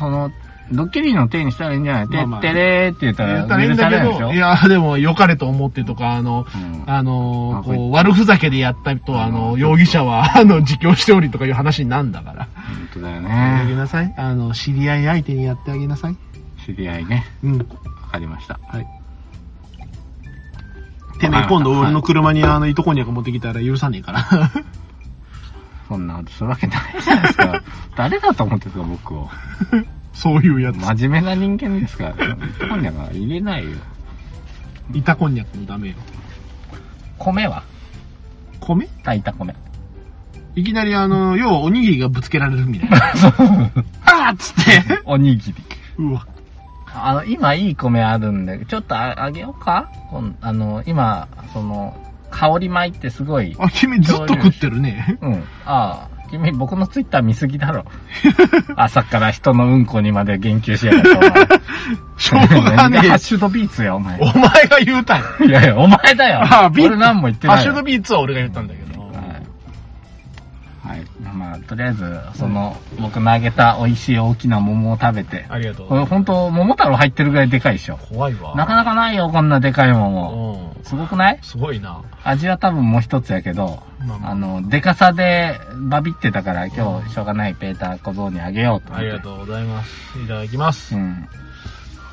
Speaker 1: その、ドッキリの手にしたらいいんじゃない
Speaker 2: まあまあ
Speaker 1: てってれーって言った
Speaker 2: 言
Speaker 1: ら
Speaker 2: ったらいい
Speaker 1: 許
Speaker 2: んだ
Speaker 1: され
Speaker 2: け
Speaker 1: ないでしょ
Speaker 2: ど、いや、でも、良かれと思ってとか、あの、
Speaker 1: うん
Speaker 2: あの
Speaker 1: あ、こ
Speaker 2: こ、
Speaker 1: いう
Speaker 2: 悪ふざけでやったと、あの、容疑者は、 あの、自供しておりとかいう話になんだから。
Speaker 1: 本当だよ
Speaker 2: やってあげ
Speaker 1: ね。
Speaker 2: なさい。あの、知り合い相手にやってあげなさい。
Speaker 1: 知り合いね。
Speaker 2: うん。
Speaker 1: わかりました。
Speaker 2: てめえ、今度俺の車にあの、いとこにゃく持ってきたら許さねえから。
Speaker 1: そんなことするわけないじゃないです か。誰だと思ってたの僕を。
Speaker 2: そういうやつ。
Speaker 1: 真面目な人間です から。今夜が入れないよ。
Speaker 2: いたこんにゃくもダメよ。
Speaker 1: 米は
Speaker 2: 米
Speaker 1: 炊いた米。
Speaker 2: いきなりあの、要はおにぎりがぶつけられるみたいな。 あーっつって。
Speaker 1: おにぎり。
Speaker 2: うわ。
Speaker 1: あの、今いい米あるんで、ちょっとああげようかこんあの、今、その、香り米ってすごい、
Speaker 2: あ、君ずっと食ってるね。
Speaker 1: うん。ああ、君僕のツイッター見すぎだろ。 朝から人のうんこにまで言及しやがって。
Speaker 2: し
Speaker 1: お
Speaker 2: ょ
Speaker 1: 前
Speaker 2: うが
Speaker 1: 何
Speaker 2: ね
Speaker 1: がハッ
Speaker 2: え。
Speaker 1: シュドビーツや、お前。
Speaker 2: お前が言うたんや。
Speaker 1: いやいや、お前だよ。
Speaker 2: あビーツ
Speaker 1: 俺何も言って
Speaker 2: ハッ
Speaker 1: ない
Speaker 2: シ
Speaker 1: よ。
Speaker 2: ュドビーツは俺が言ったんだけど。
Speaker 1: はい。はい。まあ、とりあえず、その、僕のあげた美味しい大きな桃を食べて。
Speaker 2: ありがと
Speaker 1: これ
Speaker 2: う。
Speaker 1: 本当桃太郎入ってるぐらいでかいでしょ。
Speaker 2: 怖いわ。
Speaker 1: なかなかないよ、こんなでかい桃。
Speaker 2: うん。
Speaker 1: すごくない
Speaker 2: すごいな。
Speaker 1: 味は多分もう一つやけど、
Speaker 2: まあまあ
Speaker 1: あの、でかさでバビってたから今日しょうがないペーター小僧にあげようと思っ
Speaker 2: あ
Speaker 1: て。
Speaker 2: りがとうございます。いただきます。
Speaker 1: うん。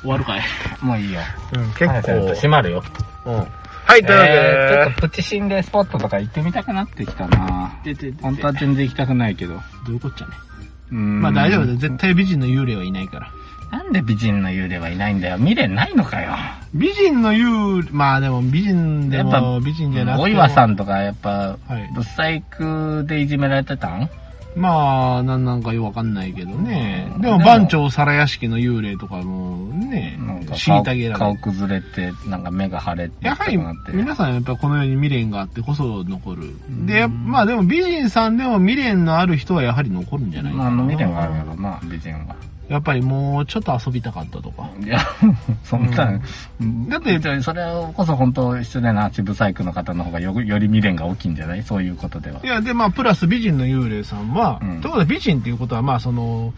Speaker 2: 終わるかい。
Speaker 1: もういい よ。
Speaker 3: うん、結構。
Speaker 1: まるよ。
Speaker 3: うん。はい、というわけで、
Speaker 1: えー、ちょっとプチ心霊スポットとか行ってみたくなってきたな
Speaker 2: 出て、出て。
Speaker 1: 本当は全然行きたくないけど。
Speaker 2: どういうこっちゃね。
Speaker 1: うん。
Speaker 2: まあ大丈夫だよ。絶対美人の幽霊はいないから。
Speaker 1: なんで美人の幽霊はいないんだよ。未練ないのかよ。
Speaker 2: 美人の幽霊、まあでも美人で
Speaker 1: やっぱ
Speaker 2: も美人じゃなくても。
Speaker 1: お岩さんとかやっぱ、
Speaker 2: はい
Speaker 1: ブサイクでいじめられてたん
Speaker 2: まあ、なんなんかよくわかんないけどね。で
Speaker 1: で
Speaker 2: も
Speaker 1: も
Speaker 2: 番長皿屋敷の幽霊とかもね
Speaker 1: なん、か
Speaker 2: 虐
Speaker 1: 顔
Speaker 2: げら
Speaker 1: 顔
Speaker 2: れ
Speaker 1: 崩れて、なんか目が腫れて、
Speaker 2: やはり
Speaker 1: 痛くなって、
Speaker 2: 皆さんやっぱこの世に未練があってこそ残る。
Speaker 1: ん
Speaker 2: で、まあでも美人さんでも未練のある人はやはり残るんじゃないか
Speaker 1: まあ、
Speaker 2: な。
Speaker 1: あの未練はあるけどな、美人は。
Speaker 2: やっぱりもうちょっと遊びたかったとか。
Speaker 1: いや、 そんな、
Speaker 2: だって
Speaker 1: じゃあそれこそ本当失礼な八ブサイクの方の方がよより未練が大きいんじゃないそういうことでは。
Speaker 2: いや、で、まあ、プラス美人の幽霊さんは、
Speaker 1: うん
Speaker 2: ということは美人っていうことは、まあ、その、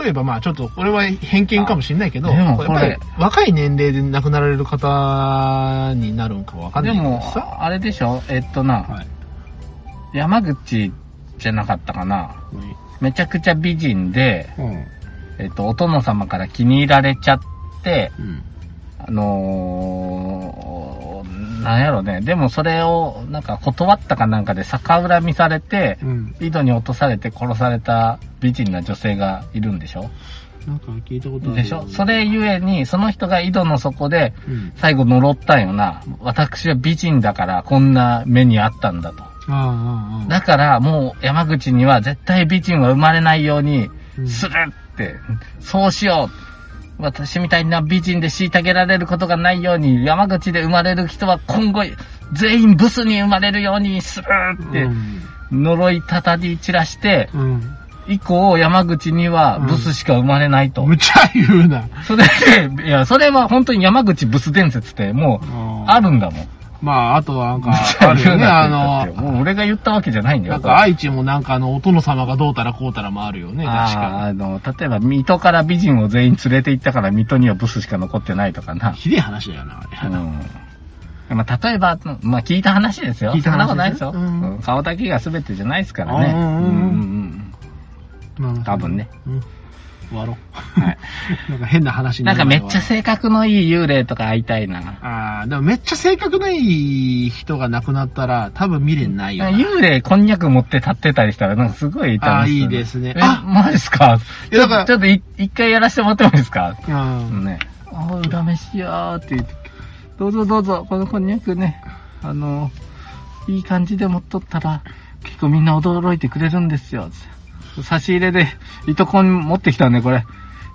Speaker 2: 例えば、まあ、ちょっと、これは偏見かもしれないけど、
Speaker 1: あでもこれ
Speaker 2: やっぱり若い年齢で亡くなられる方になるんかわかん
Speaker 1: で
Speaker 2: ないけど
Speaker 1: も、
Speaker 2: さ。
Speaker 1: ああれでしょえっとな、
Speaker 2: はい。
Speaker 1: 山口じゃなかったかなめちゃくちゃ美人で、
Speaker 2: うん。
Speaker 1: えっと、お殿様から気に入られちゃって、
Speaker 2: うん。
Speaker 1: あのー、なんやろね。でもそれを、なんか断ったかなんかで逆恨みされて、
Speaker 2: うん。
Speaker 1: 井戸に落とされて殺された美人な女性がいるんでしょ
Speaker 2: なんか聞いたことある。
Speaker 1: でしょそれゆえに、その人が井戸の底で、
Speaker 2: うん。
Speaker 1: 最後呪ったんよな。私は美人だから、こんな目にあったんだと。
Speaker 2: ああ、ああ、ああ。
Speaker 1: だから、もう山口には絶対美人は生まれないように、
Speaker 2: うん
Speaker 1: するって、そうしよう。私みたいな美人で虐げられることがないように、山口で生まれる人は今後、全員ブスに生まれるようにするって
Speaker 2: うん、。
Speaker 1: 呪い叩き散らして、
Speaker 2: うん。
Speaker 1: 以降、山口にはブスしか生まれないと。
Speaker 2: 無茶言うな。
Speaker 1: それで、いや、それは本当に山口ブス伝説ってもう、あるんだもん。
Speaker 2: まあ、あとはなんか、あるよね、あの、
Speaker 1: もう俺が言ったわけじゃないんだよ。
Speaker 2: なんか愛知もなんかあの、お殿様がどうたらこうたらもあるよね、確か
Speaker 1: あーあの、例えば、水戸から美人を全員連れて行ったから、水戸にはブスしか残ってないとかな。
Speaker 2: ひでえ話だよな、あ
Speaker 1: う
Speaker 2: れ。
Speaker 1: ん。まあ、例えば、まあ、聞いた話ですよ。
Speaker 2: 聞いた話
Speaker 1: そんなことないですよ。
Speaker 2: うん
Speaker 1: うん顔だけが全てじゃないですからね。
Speaker 2: うんうんうん
Speaker 1: うん多分ね。
Speaker 2: うん。終わろ
Speaker 1: うんはい。
Speaker 2: う。 なんか変な話に
Speaker 1: な
Speaker 2: なんる
Speaker 1: かめっちゃ
Speaker 2: 終
Speaker 1: 性格のいい幽霊とか会いたいな。
Speaker 2: わろうああ、でもめっちゃ性格のいい人が亡くなったら、多分未練ないよな。い
Speaker 1: 幽霊こんにゃく持って立ってたりしたら、なんかすごい楽しそう
Speaker 2: あーいいですね
Speaker 1: え
Speaker 2: あ
Speaker 1: マジですか
Speaker 2: いやだから
Speaker 1: ちょっとい一回やらせてもらってもいいですか
Speaker 2: うん。
Speaker 1: ね。あ、裏飯やーって言って、どうぞどうぞ、このこんにゃくね、あの、いい感じで持っとったら、結構みんな驚いてくれるんですよ。差し入れで、糸こん持ってきたんで、これ、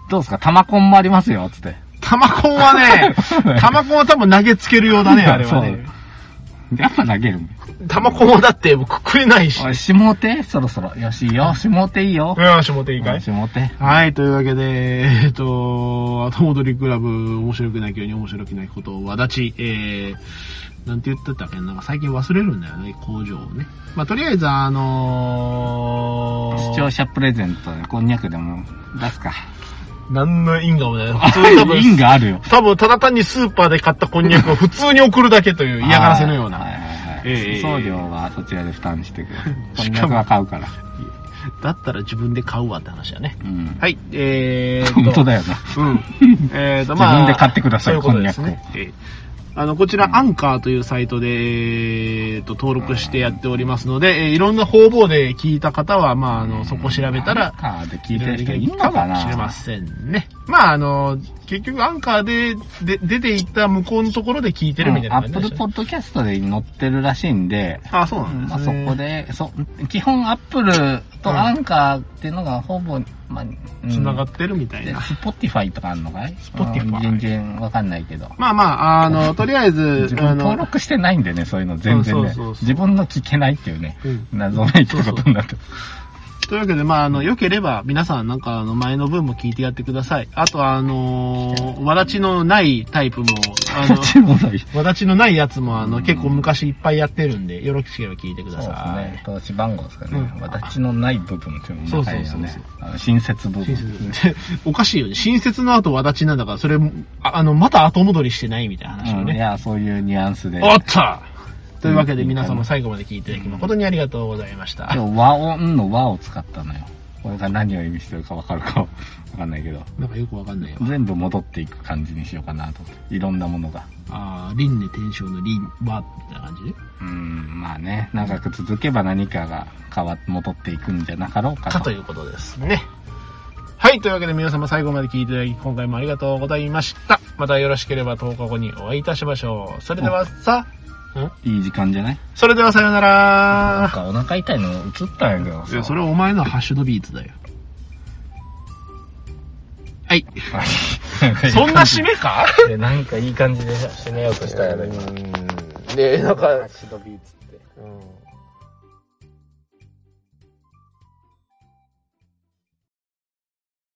Speaker 1: どうですか玉こんもありますよ、つって。、
Speaker 2: 玉コンはね 玉コンは多分投げつけるようだね、あれは
Speaker 1: そう
Speaker 2: ね。
Speaker 1: やっぱ投げるんだよ。
Speaker 3: タバコもだって僕食えないし。
Speaker 1: おい、下手そろそろ。よし、いいよ。下手いいよ。
Speaker 2: うん、しもていいかい
Speaker 1: 下手。
Speaker 2: はい、というわけで、えっと、後戻りクラブ、面白くないように面白くないことを、わだち、えー、なんて言ってたっけななんか最近忘れるんだよね、工場をね。まあ、とりあえず、あのー、
Speaker 1: 視聴者プレゼントでこんにゃくでも出すか。
Speaker 2: 何の因果もない。
Speaker 1: あ
Speaker 2: 普通に多、分、
Speaker 1: 因があるよ。
Speaker 2: 多分、ただ単にスーパーで買ったこんにゃくを普通に送るだけという嫌がらせのよう
Speaker 1: はいはい
Speaker 2: な。
Speaker 1: はい
Speaker 2: ええ
Speaker 1: はい。送料はそちらで負担してくれ。こ
Speaker 2: し
Speaker 1: んに
Speaker 2: かも
Speaker 1: ゃくは買うから。
Speaker 2: だったら自分で買うわって話だね。
Speaker 1: うん。
Speaker 2: はい、え ーっと。
Speaker 1: 本当だよな。
Speaker 2: うん。えーと、
Speaker 1: 自
Speaker 2: まあ。
Speaker 1: 分で買ってください
Speaker 2: そういうことです
Speaker 1: こんに
Speaker 2: ね。ええあの、こちら、アンカーというサイトで、えーと、登録してやっておりますので、えーいろんな方々で聞いた方は、まあ、あの、そこ調べたら、
Speaker 1: カーで聞
Speaker 2: い
Speaker 1: いて
Speaker 2: ろ
Speaker 1: る
Speaker 2: い
Speaker 1: 人
Speaker 2: ろ
Speaker 1: い
Speaker 2: い
Speaker 1: い
Speaker 2: る
Speaker 1: の
Speaker 2: か
Speaker 1: か
Speaker 2: も
Speaker 1: な
Speaker 2: しれませんね。まあ、あの、結局、アンカーでで出ていった向こうのところで聞いてるみたいな
Speaker 1: ア
Speaker 2: 感
Speaker 1: ッ
Speaker 2: じ
Speaker 1: プ
Speaker 2: で
Speaker 1: ル
Speaker 2: しょ
Speaker 1: ポッドキャストで載ってるらしいんで、
Speaker 2: あ、そうなん
Speaker 1: ま
Speaker 2: で
Speaker 1: あ、
Speaker 2: す
Speaker 1: そ
Speaker 2: ね。
Speaker 1: こで、そ基本アップルとアンカーっていうのがほぼ、まあ、
Speaker 2: つなが
Speaker 1: っ
Speaker 2: ってるみたい
Speaker 1: て、
Speaker 2: な。
Speaker 1: スポティファイとかあるのかいス
Speaker 2: Spotify
Speaker 1: 全然わかんないけど。
Speaker 2: まあまあ、あの、とりあえず
Speaker 1: 自、
Speaker 2: あ
Speaker 1: 分
Speaker 2: の、
Speaker 1: 登録してないんでね、そういうの全然
Speaker 2: うん
Speaker 1: ね
Speaker 2: そうそう。そう
Speaker 1: 自分の聞けないっていうね、
Speaker 2: うん
Speaker 1: 謎めいたことになって。
Speaker 2: というわけで、まあ、あの、良ければ、皆さん、なんか、あの、前の分も聞いてやってください。あと、あのー、わだちのないタイプも、 あの、
Speaker 1: ちもない。
Speaker 2: わだちのないやつも、あの、
Speaker 1: うん
Speaker 2: 結構昔いっぱいやってるんで、よろしければ聞いてく
Speaker 1: そう
Speaker 2: だ
Speaker 1: です
Speaker 2: さ
Speaker 1: ね。投資番号ですか
Speaker 2: う
Speaker 1: ね
Speaker 2: ん。
Speaker 1: 私のない部分っていうのも高いよね。
Speaker 2: そうそうそうそう
Speaker 1: あの親切部
Speaker 2: い。
Speaker 1: 分。
Speaker 2: 親切でおかしいよね。親切の後、わだちなんだから、それも、ああの、また後戻りしてないみたいな話を
Speaker 1: うん、い
Speaker 2: ね。
Speaker 1: や、そういうニュアンスで。
Speaker 2: おっとというわけで、
Speaker 1: うん
Speaker 2: 皆様最後まで聞いていただき、誠にありがとうございました。
Speaker 1: 今日和音の和を使ったのよ。これが何を意味してるかわかるかわかんないけど。
Speaker 2: なんかよくわかんないよ。
Speaker 1: 全部戻っていく感じにしようかなと思って。いろんなものが。
Speaker 2: あー、輪廻転生の輪は、みたいな感じ
Speaker 1: うん、まあね、長く続けば何かが変わ、戻っていくんじゃなかろうか
Speaker 2: か
Speaker 1: と。
Speaker 2: ということですね。はい。というわけで皆様最後まで聞いていただき、今回もありがとうございました。またよろしければ10日後にお会いいたしましょう。それではさ、
Speaker 1: いい時間じゃない
Speaker 2: それではさよ
Speaker 1: な
Speaker 2: な
Speaker 1: ん
Speaker 2: ら。
Speaker 1: かお腹痛いの映ったんやけどさ。
Speaker 2: れはお前のハッシュドビーツだよ。はい。そんな締 めか
Speaker 1: でなんかいい感じで締めようとしたやろ、今。
Speaker 3: で、なんか、
Speaker 1: シドビーツって。
Speaker 3: うん